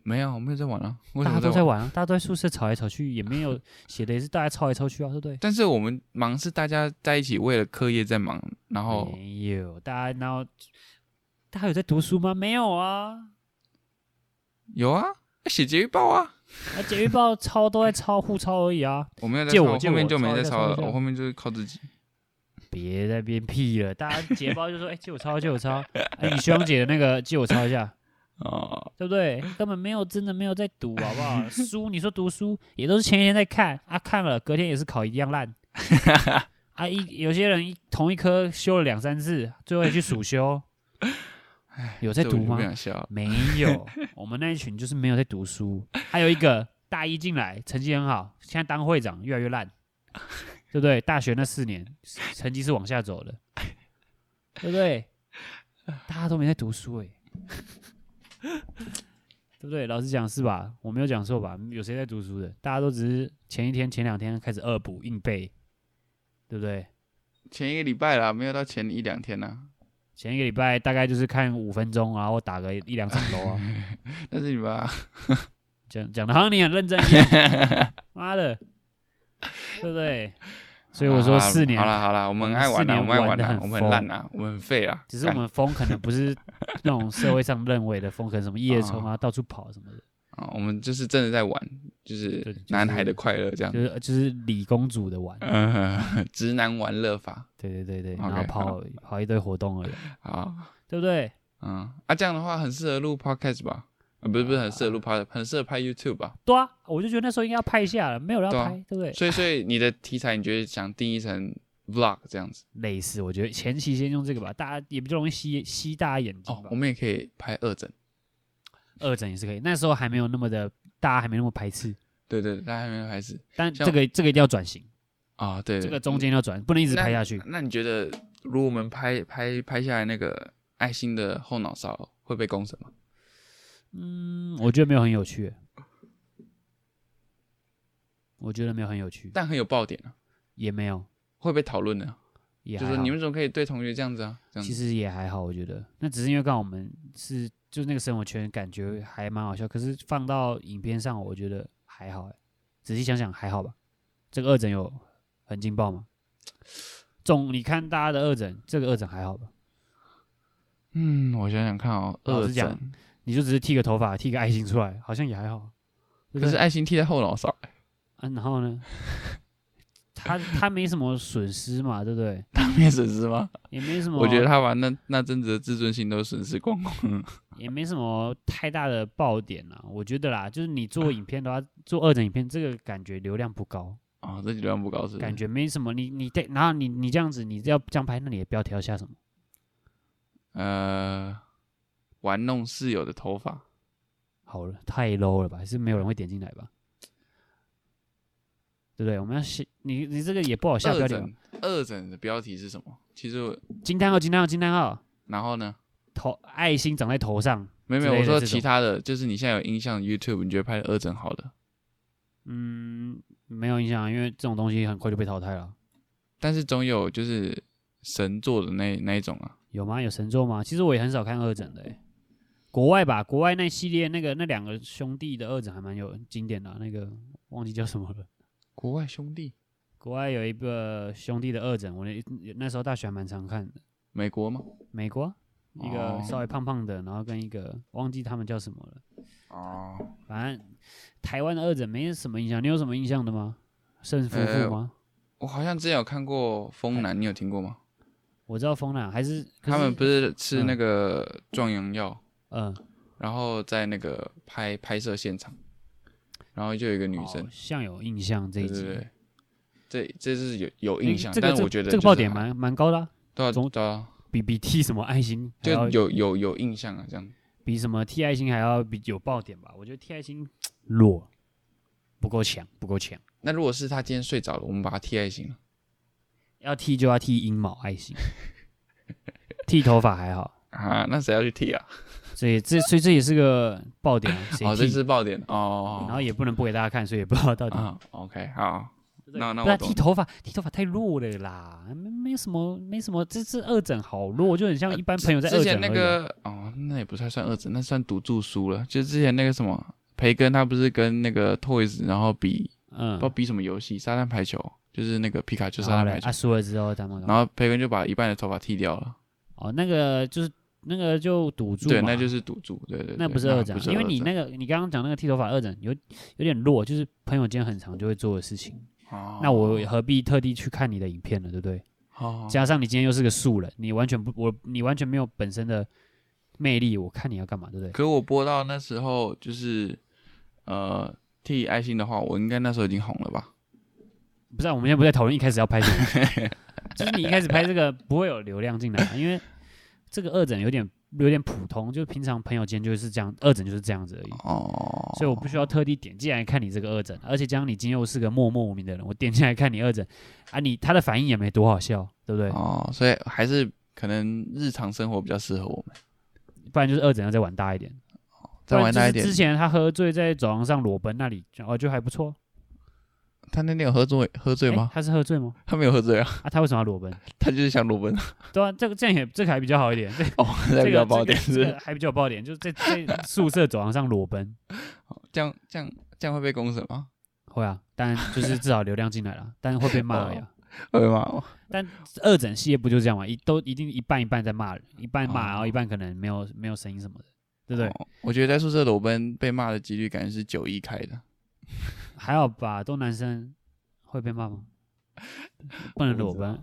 Speaker 2: 没有，我没有在玩啊，为什
Speaker 1: 大
Speaker 2: 么
Speaker 1: 家都在
Speaker 2: 玩？
Speaker 1: 玩啊，大家都在宿舍吵来吵去，也没 有写的也是大家吵来吵去啊，对不对？
Speaker 2: 但是我们忙是大家在一起为了课业在忙，然后
Speaker 1: 没有，大家然后大家有在读书吗？没有啊，
Speaker 2: 有啊，要写节育报啊，
Speaker 1: 那简预报抄都在抄互抄而已啊，
Speaker 2: 我没有在
Speaker 1: 借
Speaker 2: 抄，
Speaker 1: 我
Speaker 2: 我
Speaker 1: 借
Speaker 2: 后面
Speaker 1: 我
Speaker 2: 就没
Speaker 1: 抄一
Speaker 2: 在
Speaker 1: 下
Speaker 2: 抄了
Speaker 1: 抄一，下
Speaker 2: 我后面就是靠自己。
Speaker 1: 别在那边屁了，大家捷报就说哎、借我抄借我抄，哎、你学长姐的那个借我抄一下，
Speaker 2: 哦，
Speaker 1: 对不对？根本没有真的没有在读，好不 好？书你说读书也都是前一天在看啊，看了隔天也是考一样 烂啊。一有些人一同一科修了两三次，最后也去暑 修，有在
Speaker 2: 这我
Speaker 1: 读
Speaker 2: 就
Speaker 1: 吗
Speaker 2: 不？想笑了。
Speaker 1: 没有， 我们那一群就是没有在读书。还有一个大一进来成绩很好，现在当会长越来越烂， 对不对？大学那四年成绩是往下走的，对不对？大家都没在读书哎、 对不对？老实讲是吧？我没有讲错吧？有谁在读书的？大家都只是前一天、前两天开始恶补硬背，对不对？
Speaker 2: 前一个礼拜啦，没有到前一两天啦、
Speaker 1: 前一个礼拜大概就是看五分钟啊，或打个一两场楼啊，
Speaker 2: 但是你把
Speaker 1: 讲讲的好像你很认真一样， 妈的，对不对？所以我说四年
Speaker 2: 啊好，啦好啦，我们很爱玩啦，
Speaker 1: 我
Speaker 2: 我
Speaker 1: 们四年
Speaker 2: 们爱玩
Speaker 1: 玩得
Speaker 2: 啦
Speaker 1: 很，
Speaker 2: 我们很
Speaker 1: 疯
Speaker 2: 烂啦，我们很废啦。
Speaker 1: 只是我
Speaker 2: 干
Speaker 1: 们疯可能不是那种社会上认为的疯，可能什么夜冲
Speaker 2: 哦
Speaker 1: 啊、到处跑什么的，
Speaker 2: 啊，我们就是真的在玩，就
Speaker 1: 对
Speaker 2: 是
Speaker 1: 就是
Speaker 2: 男孩的快乐这样
Speaker 1: 就。是就是李公主的玩，
Speaker 2: 嗯， 直男玩乐法
Speaker 1: 对对对对，
Speaker 2: OK，
Speaker 1: 然后跑跑一堆活动而已，
Speaker 2: 啊，
Speaker 1: 对不对？
Speaker 2: 嗯啊，这样的话很适合录 podcast 吧？啊，不是不是很适合录 podcast，很适合拍 YouTube 吧？
Speaker 1: 对啊，我就觉得那时候应该要拍一下了，没有人
Speaker 2: 对
Speaker 1: 要
Speaker 2: 啊
Speaker 1: 拍，对不对？
Speaker 2: 所以所以你的题材你觉得想定义成 vlog 这样子？
Speaker 1: 类似，我觉得前期先用这个吧，大家也比较容易吸吸大家眼睛
Speaker 2: 哦
Speaker 1: 吧，
Speaker 2: 我。们也可以拍二诊，
Speaker 1: 二诊也是可以，那时候还没有那么的，大家还没那么排斥，
Speaker 2: 对对，大家还没有开始
Speaker 1: 但
Speaker 2: 像
Speaker 1: 这个这个一定要转型，
Speaker 2: 啊，对，
Speaker 1: 这
Speaker 2: 对
Speaker 1: 个中间要转，不能一直拍下去。
Speaker 2: 那你觉得如果我们拍拍拍下来那个爱心的后脑勺会被公审吗？
Speaker 1: 嗯，我觉得没有很有趣。我觉得没有很有趣，
Speaker 2: 但很有爆点啊，
Speaker 1: 也没有，
Speaker 2: 会被讨论的啊，
Speaker 1: 也
Speaker 2: 就
Speaker 1: 还
Speaker 2: 是
Speaker 1: 好
Speaker 2: 你们怎么可以对同学这样子啊？这样
Speaker 1: 其
Speaker 2: 子
Speaker 1: 实也还好，我觉得那只是因为刚好我们是就那个生活圈，感觉还蛮好笑。可是放到影片上，我觉得还好、欸。仔细想想还好吧。这个二诊有很劲爆吗？总你看大家的二诊，这个二诊还好吧？
Speaker 2: 嗯，我想想看哦，
Speaker 1: 老
Speaker 2: 二
Speaker 1: 实讲
Speaker 2: 诊，
Speaker 1: 你就只是剃个头发，剃个爱心出来，好像也还好。对不
Speaker 2: 可是
Speaker 1: 对
Speaker 2: 爱心剃在后脑勺，
Speaker 1: 啊，然后呢？他他没什么损失嘛，对不对？
Speaker 2: 他没损失吗？
Speaker 1: 也没什么，
Speaker 2: 我觉得他把那那阵子的自尊心都损失光光了。
Speaker 1: 也没什么太大的爆点啦。我觉得啦，就是你做影片的话，做二等影片，这个感觉流量不高，
Speaker 2: 啊、这几段不高是不是
Speaker 1: 感觉没什么。你你对，然后你你这样子，你要这样拍，那你的标题要下什么？
Speaker 2: 呃，玩弄室友的头发，
Speaker 1: 好了，太 low 了吧？还是没有人会点进来吧？对不对？我们要写你你这个也不好下标
Speaker 2: 二
Speaker 1: 点吧。
Speaker 2: 诊二诊的标题是什么？其实我
Speaker 1: 惊叹号！惊叹号！惊叹号！
Speaker 2: 然后呢？
Speaker 1: 头爱心长在头上，
Speaker 2: 没有没有，
Speaker 1: 之类
Speaker 2: 我
Speaker 1: 的
Speaker 2: 说
Speaker 1: 这
Speaker 2: 其
Speaker 1: 种
Speaker 2: 他的，就是你现在有印象的 YouTube，你觉得拍的二诊好的
Speaker 1: 嗯，没有影响啊，因为这种东西很快就被淘汰了。
Speaker 2: 但是总有就是神作的那那一种啊，
Speaker 1: 有吗？有神作吗？其实我也很少看二诊的、欸，国外吧，国外那系列那个那两个兄弟的二诊还蛮有经典的啊、那个忘记叫什么了。
Speaker 2: 国外兄弟，
Speaker 1: 国外有一个兄弟的二诊，我那那时候大学还蛮常看的。
Speaker 2: 美国吗？
Speaker 1: 美国啊一个
Speaker 2: 哦
Speaker 1: 稍微胖胖的，然后跟一个忘记他们叫什么了，
Speaker 2: 哦，
Speaker 1: 反正台湾的二诊没什么印象。你有什么印象的吗？胜夫妇
Speaker 2: 呃
Speaker 1: 吗？
Speaker 2: 我好像之前有看过《风男》，你有听过吗？
Speaker 1: 我知道风男还是哎可
Speaker 2: 他们
Speaker 1: 是
Speaker 2: 不是吃
Speaker 1: 嗯
Speaker 2: 那个壮阳药，
Speaker 1: 嗯，
Speaker 2: 然后在那个拍拍摄现场，然后就有一个女生
Speaker 1: 好，像有印象哦这一
Speaker 2: 对
Speaker 1: 集。
Speaker 2: 对对，这这是有有
Speaker 1: 诶
Speaker 2: 印象，
Speaker 1: 这个
Speaker 2: 但
Speaker 1: 这
Speaker 2: 我觉得
Speaker 1: 这个
Speaker 2: 就是
Speaker 1: 爆点
Speaker 2: 还
Speaker 1: 蛮蛮高的啊、
Speaker 2: 对啊
Speaker 1: 总
Speaker 2: 对啊，
Speaker 1: 比比 T 什么爱心还
Speaker 2: 就
Speaker 1: 要
Speaker 2: 有有有印象啊，这样
Speaker 1: 比什么 T 爱心还要比有爆点吧？我觉得 T 爱心弱，不够强，不够强。
Speaker 2: 那如果是他今天睡着了，我们把他替爱心了。
Speaker 1: 要剃就要剃阴毛爱心， 剃头发还好，
Speaker 2: 啊，那谁要去剃啊？
Speaker 1: 所以这所以这也是个爆点、啊。谁
Speaker 2: 哦，这
Speaker 1: 剃
Speaker 2: 是爆点
Speaker 1: 然
Speaker 2: 哦。
Speaker 1: 后也不能播给大家看，所以也不知道到底。
Speaker 2: 啊，OK，好，
Speaker 1: 对
Speaker 2: 那
Speaker 1: 不
Speaker 2: 那我
Speaker 1: 然
Speaker 2: 懂
Speaker 1: 剃头发，剃头发太弱了啦，没没什么，没什么，这次二诊好弱，就很像一般朋友在
Speaker 2: 呃之
Speaker 1: 二诊
Speaker 2: 前那
Speaker 1: 而已啊
Speaker 2: 个哦，那也不算算二诊，那算赌注输了。就之前那个什么培根，他不是跟那个 Toys 然后比，不知道
Speaker 1: 嗯，
Speaker 2: 比什么游戏，沙滩排球，就是那个皮卡丘沙
Speaker 1: 然后
Speaker 2: 滩
Speaker 1: 嘞
Speaker 2: 排球
Speaker 1: 啊，。输了之后他们
Speaker 2: 然后培根就把一半的头发剃掉了，
Speaker 1: 哦，那个就是那个就赌注
Speaker 2: 对，
Speaker 1: 嘛
Speaker 2: 那就是赌注，对对对，
Speaker 1: 那不是二诊啊，因为你
Speaker 2: 二诊
Speaker 1: 那个你刚刚讲那个剃头发二诊有有点弱，就是朋友间很常就会做的事情。
Speaker 2: 哦
Speaker 1: 那我何必特地去看你的影片呢？对不对？
Speaker 2: 哦
Speaker 1: 加上你今天又是个素人，你完全不我你完全没有本身的魅力，我看你要干嘛，对不对？
Speaker 2: 可我播到那时候就是呃剃爱心的话，我应该那时候已经红了吧？
Speaker 1: 不是、啊，我们现在不在讨论一开始要拍什么， 就是你一开始拍这个不会有流量进来嘛，啊因为这个二诊有点有点普通，就平常朋友间就是这样，二诊就是这样子而已。
Speaker 2: 哦，
Speaker 1: 所以我不需要特地点进来看你这个二诊，而且加上你今天又是个默默无名的人，我点进来看你二诊啊你，他的反应也没多好笑，对不对？
Speaker 2: 哦，所以还是可能日常生活比较适合我们，
Speaker 1: 不然就是二诊要再玩大一点，
Speaker 2: 再玩大一
Speaker 1: 不然就是
Speaker 2: 点
Speaker 1: 之。前他喝醉在走廊上裸奔那里，哦，就还不错。
Speaker 2: 他那天有喝醉喝醉
Speaker 1: 诶
Speaker 2: 吗？
Speaker 1: 他是喝醉吗？
Speaker 2: 他没有喝醉啊，
Speaker 1: 啊，他为什么要裸奔？
Speaker 2: 他就是想裸奔。
Speaker 1: 对啊，这个这样也这个还比较好一点， 这
Speaker 2: 哦，那
Speaker 1: 这
Speaker 2: 比
Speaker 1: 个
Speaker 2: 较爆点
Speaker 1: 这
Speaker 2: 是
Speaker 1: 个
Speaker 2: 不
Speaker 1: 这
Speaker 2: 是
Speaker 1: 个还比较爆点，就是在在宿舍走廊上裸奔，
Speaker 2: 这样这样这样会被公审吗？
Speaker 1: 会啊，但就是至少流量进来了，但会被骂啊呀。
Speaker 2: 会吗？
Speaker 1: 但二诊系列不就这样嘛？一都一定一半一半在骂人，一半骂，
Speaker 2: 哦
Speaker 1: 然后一半可能没有没有声音什么的，对不对？
Speaker 2: 哦我觉得在宿舍裸奔被骂的几率感觉是九一开的。
Speaker 1: 还好吧，都男生会被骂吗？不能裸奔啊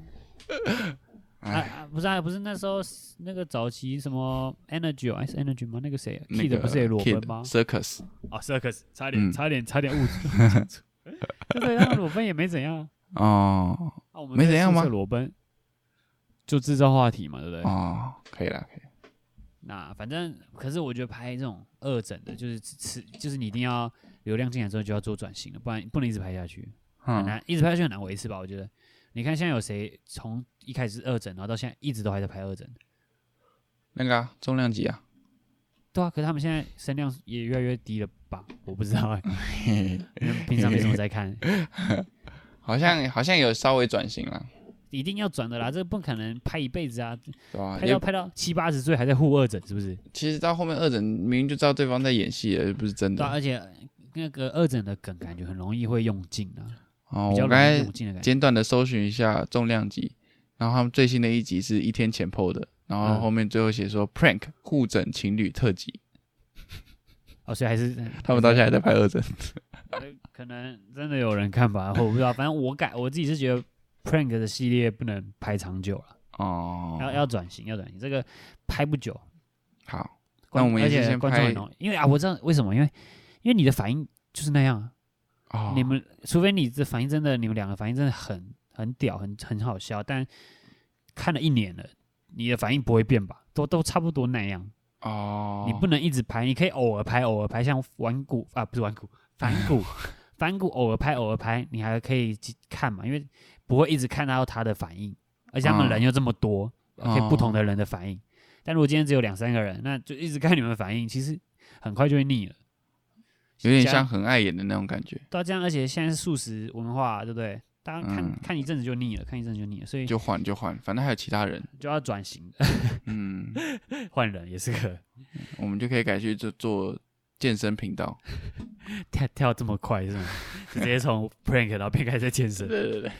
Speaker 2: 哎，
Speaker 1: 啊！不是啊，不是那时候那个早期什么 Energy 哦哎是 Energy 吗？那个谁
Speaker 2: 那
Speaker 1: Kid
Speaker 2: 个
Speaker 1: 不是也裸
Speaker 2: Kid
Speaker 1: 奔吗？
Speaker 2: Circus
Speaker 1: 哦，Circus 差
Speaker 2: 嗯
Speaker 1: 点差点差点误解，对不对？他们裸奔也没怎样啊
Speaker 2: 哦
Speaker 1: 啊，我们
Speaker 2: 没
Speaker 1: 在
Speaker 2: 怎样
Speaker 1: 宿
Speaker 2: 吗
Speaker 1: 舍裸奔就制造话题嘛，对不对？
Speaker 2: 哦，可以啦，可以。
Speaker 1: 那反正，可是我觉得拍这种二诊的，就是吃，就是你一定要流量进来之后就要做转型了，不然不能一直拍下去，很
Speaker 2: 嗯，
Speaker 1: 难，一直拍下去很难维持吧？我觉得，你看现在有谁从一开始是二诊，然后到现在一直都还在拍二诊，
Speaker 2: 那个啊，重量级啊，
Speaker 1: 对啊，可是他们现在声量也越来越低了吧？我不知道、 欸，
Speaker 2: 嘿嘿
Speaker 1: 因为平常没什么在看，
Speaker 2: 好像好像有稍微转型了，
Speaker 1: 一定要转的啦，这不可能拍一辈子啊，
Speaker 2: 对吧、
Speaker 1: 拍
Speaker 2: 也
Speaker 1: 到拍到七八十岁还在护二诊，是不是？
Speaker 2: 其实到后面二诊明明就知道对方在演戏了，又不是真
Speaker 1: 对、啊，
Speaker 2: 的。
Speaker 1: 而且那个二诊的梗感觉很容易会用尽啊，
Speaker 2: 哦，
Speaker 1: 比较
Speaker 2: 我刚
Speaker 1: 容易
Speaker 2: 才
Speaker 1: 用尽的感觉。
Speaker 2: 简短的搜寻一下重量级，然后他们最新的一集是一天前 PO 的，然后
Speaker 1: 嗯
Speaker 2: 后面最后写说 prank 互整情侣特辑，
Speaker 1: 哦，所以还是
Speaker 2: 他们到现在还在拍二诊。
Speaker 1: 呃可能真的有人看吧，我不知道。反正我改我自己是觉得 prank 的系列不能拍长久了，
Speaker 2: 哦，
Speaker 1: 要要转型，要转型。这个拍不久，
Speaker 2: 好，
Speaker 1: 观
Speaker 2: 那我们也
Speaker 1: 而
Speaker 2: 是
Speaker 1: 且
Speaker 2: 先
Speaker 1: 观众很
Speaker 2: 拍
Speaker 1: 容易，因为啊，我知道为什么，因为因为你的反应就是那样啊。
Speaker 2: 哦，
Speaker 1: 你们除非你这反应真的，你们两个反应真的很很屌，很很好笑，但看了一年了，你的反应不会变吧？都都差不多那样。
Speaker 2: 哦，
Speaker 1: 你不能一直拍，你可以偶尔拍，偶尔拍，像玩股啊，不是玩股，反 股，反股偶尔拍，偶尔拍，你还可以去看嘛，因为不会一直看到他的反应，而且他们
Speaker 2: 嗯
Speaker 1: 人又这么多，可以不同
Speaker 2: 哦
Speaker 1: 的人的反应。但如果今天只有两三个人，那就一直看你们的反应，其实很快就会腻了。
Speaker 2: 有点
Speaker 1: 加
Speaker 2: 像很碍眼的那种感觉，
Speaker 1: 对啊，这样，而且现在是素食文化，对不对？大家看、
Speaker 2: 嗯
Speaker 1: 看一阵子就腻了，看一阵子就腻了，所以就
Speaker 2: 就换就换，反正还有其他人，
Speaker 1: 要转型，
Speaker 2: 嗯，
Speaker 1: 换人也是个
Speaker 2: 我们就可以改去做做健身频道，
Speaker 1: 跳跳这么快是吗？ 就直接从 prank 然后变开始在健身，
Speaker 2: 对对，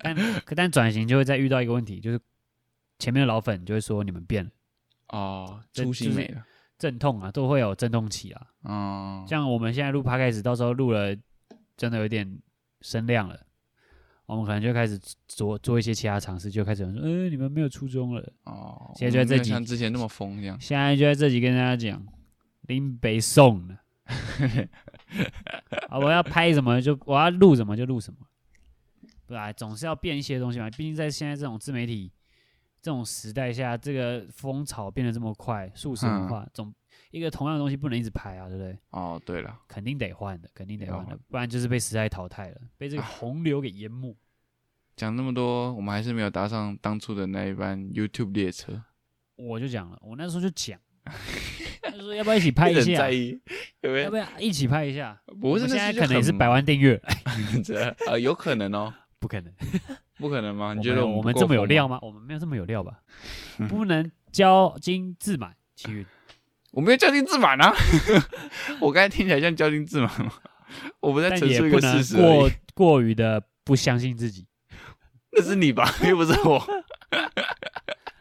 Speaker 1: 但可但转型就会再遇到一个问题，就是前面的老粉就会说你们变了，
Speaker 2: 哦，
Speaker 1: 这
Speaker 2: 初心
Speaker 1: 就是
Speaker 2: 没了，
Speaker 1: 阵痛啊都会有阵痛期啊，
Speaker 2: 哦，
Speaker 1: 像我们现在录 podcast，到时候录了真的有点声量了。我们可能就开始做做一些其他尝试，就开始有人说：“嗯、你们没有初衷了。”
Speaker 2: 哦，
Speaker 1: 现在就在
Speaker 2: 我们没有
Speaker 1: 这集
Speaker 2: 像之前那么疯这样，
Speaker 1: 现在就在这里跟大家讲，林北送的。啊，我要拍什么就我要录什么就录什么，对吧、总是要变一些东西嘛。毕竟在现在这种自媒体这种时代下，这个风潮变得这么快，速食文化，总一个同样的东西不能一直拍啊，对不对？
Speaker 2: 哦，对了，
Speaker 1: 肯定得换的，肯定得换
Speaker 2: 要
Speaker 1: 的，不然就是被时代淘汰了，被这个
Speaker 2: 啊
Speaker 1: 洪流给淹没。
Speaker 2: 讲那么多，我们还是没有搭上当初的那一班 YouTube 列车，
Speaker 1: 我就讲了，我那时候就讲，他说要不要一起拍一
Speaker 2: 直很
Speaker 1: 下
Speaker 2: 在？意，有没
Speaker 1: 要
Speaker 2: 有？
Speaker 1: 不要一起拍一下？
Speaker 2: 不
Speaker 1: 我
Speaker 2: 是，
Speaker 1: 们现在
Speaker 2: 那
Speaker 1: 可能也是
Speaker 2: 就很
Speaker 1: 百万订阅，
Speaker 2: 呃，有可能哦，
Speaker 1: 不可能。
Speaker 2: 不可能吗？ 你
Speaker 1: 我
Speaker 2: 觉
Speaker 1: 们
Speaker 2: 得
Speaker 1: 我
Speaker 2: 们
Speaker 1: 们
Speaker 2: 不
Speaker 1: 这
Speaker 2: 够
Speaker 1: 么有
Speaker 2: 疯
Speaker 1: 料
Speaker 2: 吗？
Speaker 1: 吗？我们没有这么有料 吧？不能骄矜自满，其 余
Speaker 2: 我没有较劲自满啊！ 我刚才听起来像较劲自满吗？我不是在
Speaker 1: 但
Speaker 2: 陈
Speaker 1: 也
Speaker 2: 述一
Speaker 1: 不
Speaker 2: 个
Speaker 1: 能
Speaker 2: 事实而
Speaker 1: 过
Speaker 2: 已，
Speaker 1: 过于的不相信自己。
Speaker 2: 那是你吧，又不是 我。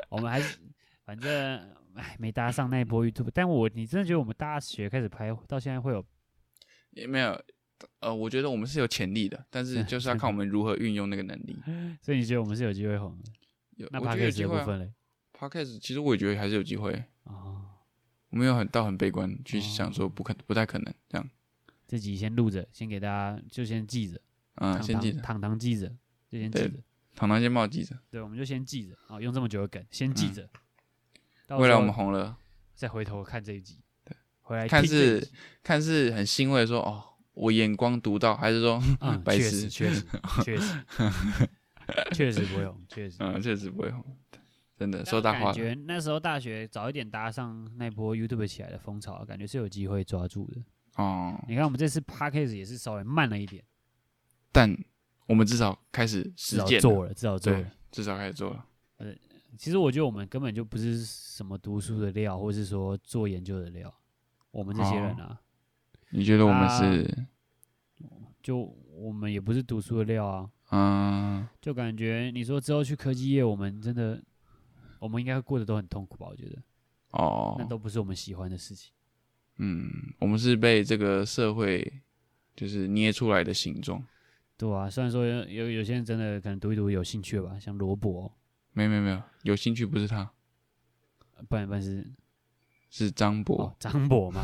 Speaker 1: 我们还是 反正哎没搭上那一波 YouTube，但我你真的觉得我们大学开始拍到现在会有
Speaker 2: 也没有，呃，我觉得我们是有潜力的，但
Speaker 1: 嗯
Speaker 2: 是就是要看我们如何运用那个能 力。
Speaker 1: 所以你觉得我们是有机会红的？
Speaker 2: 有，
Speaker 1: 那
Speaker 2: 我觉得有
Speaker 1: Podcast
Speaker 2: 机
Speaker 1: 的
Speaker 2: 会
Speaker 1: 部
Speaker 2: 啊。
Speaker 1: 分嘞？
Speaker 2: Podcast 其实我也觉得还是有机会，
Speaker 1: 哦，
Speaker 2: 我没有很到很悲观去
Speaker 1: 哦
Speaker 2: 想说不可不太可能这样。
Speaker 1: 这集先录着，先给大家就先记着，
Speaker 2: 嗯，
Speaker 1: 堂
Speaker 2: 先记
Speaker 1: 堂
Speaker 2: 着，
Speaker 1: 堂堂记着，就先记
Speaker 2: 对
Speaker 1: 着。
Speaker 2: 糖糖先帮我记着，
Speaker 1: 对，我们就先记着啊、用这么久的梗，先记
Speaker 2: 嗯
Speaker 1: 着。到
Speaker 2: 未来
Speaker 1: 时
Speaker 2: 我
Speaker 1: 候
Speaker 2: 们红了，
Speaker 1: 再回头看这一集，回来
Speaker 2: 看
Speaker 1: 听这一
Speaker 2: 是
Speaker 1: 集
Speaker 2: 看似很欣慰地说哦，我眼光独到，还是说
Speaker 1: 嗯，
Speaker 2: 白
Speaker 1: 确
Speaker 2: 痴
Speaker 1: 实确实确实 确实不用，确实。
Speaker 2: 嗯，确实不会红，真的
Speaker 1: 但
Speaker 2: 说
Speaker 1: 我
Speaker 2: 大话
Speaker 1: 感
Speaker 2: 了。
Speaker 1: 觉那时候大学早一点搭上那波 YouTube 起来的风潮，感觉是有机会抓住的。
Speaker 2: 哦，
Speaker 1: 你看我们这次 Podcast 也是稍微慢了一点，
Speaker 2: 但我们至少开始
Speaker 1: 至
Speaker 2: 实
Speaker 1: 少
Speaker 2: 践了，
Speaker 1: 做了，至少做
Speaker 2: 对
Speaker 1: 了。，
Speaker 2: 至少开始做了。
Speaker 1: 其实我觉得我们根本就不是什么读书的料，或是说做研究的料。我们这
Speaker 2: 哦
Speaker 1: 些人啊，
Speaker 2: 你觉得我们
Speaker 1: 啊
Speaker 2: 是
Speaker 1: 就我们也不是读书的料啊，
Speaker 2: 嗯
Speaker 1: 就感觉你说之后去科技业，我们真的，我们应该会过得都很痛苦吧？我觉得那
Speaker 2: 哦
Speaker 1: 都不是我们喜欢的事情。
Speaker 2: 嗯，我们是被这个社会就是捏出来的形状。
Speaker 1: 对啊，虽然说有有有些人真的可能读一读有兴趣吧，像罗伯，
Speaker 2: 没有没有没有，有兴趣不是他，
Speaker 1: 呃不然不然是
Speaker 2: 是张博
Speaker 1: 哦。张博 嘛，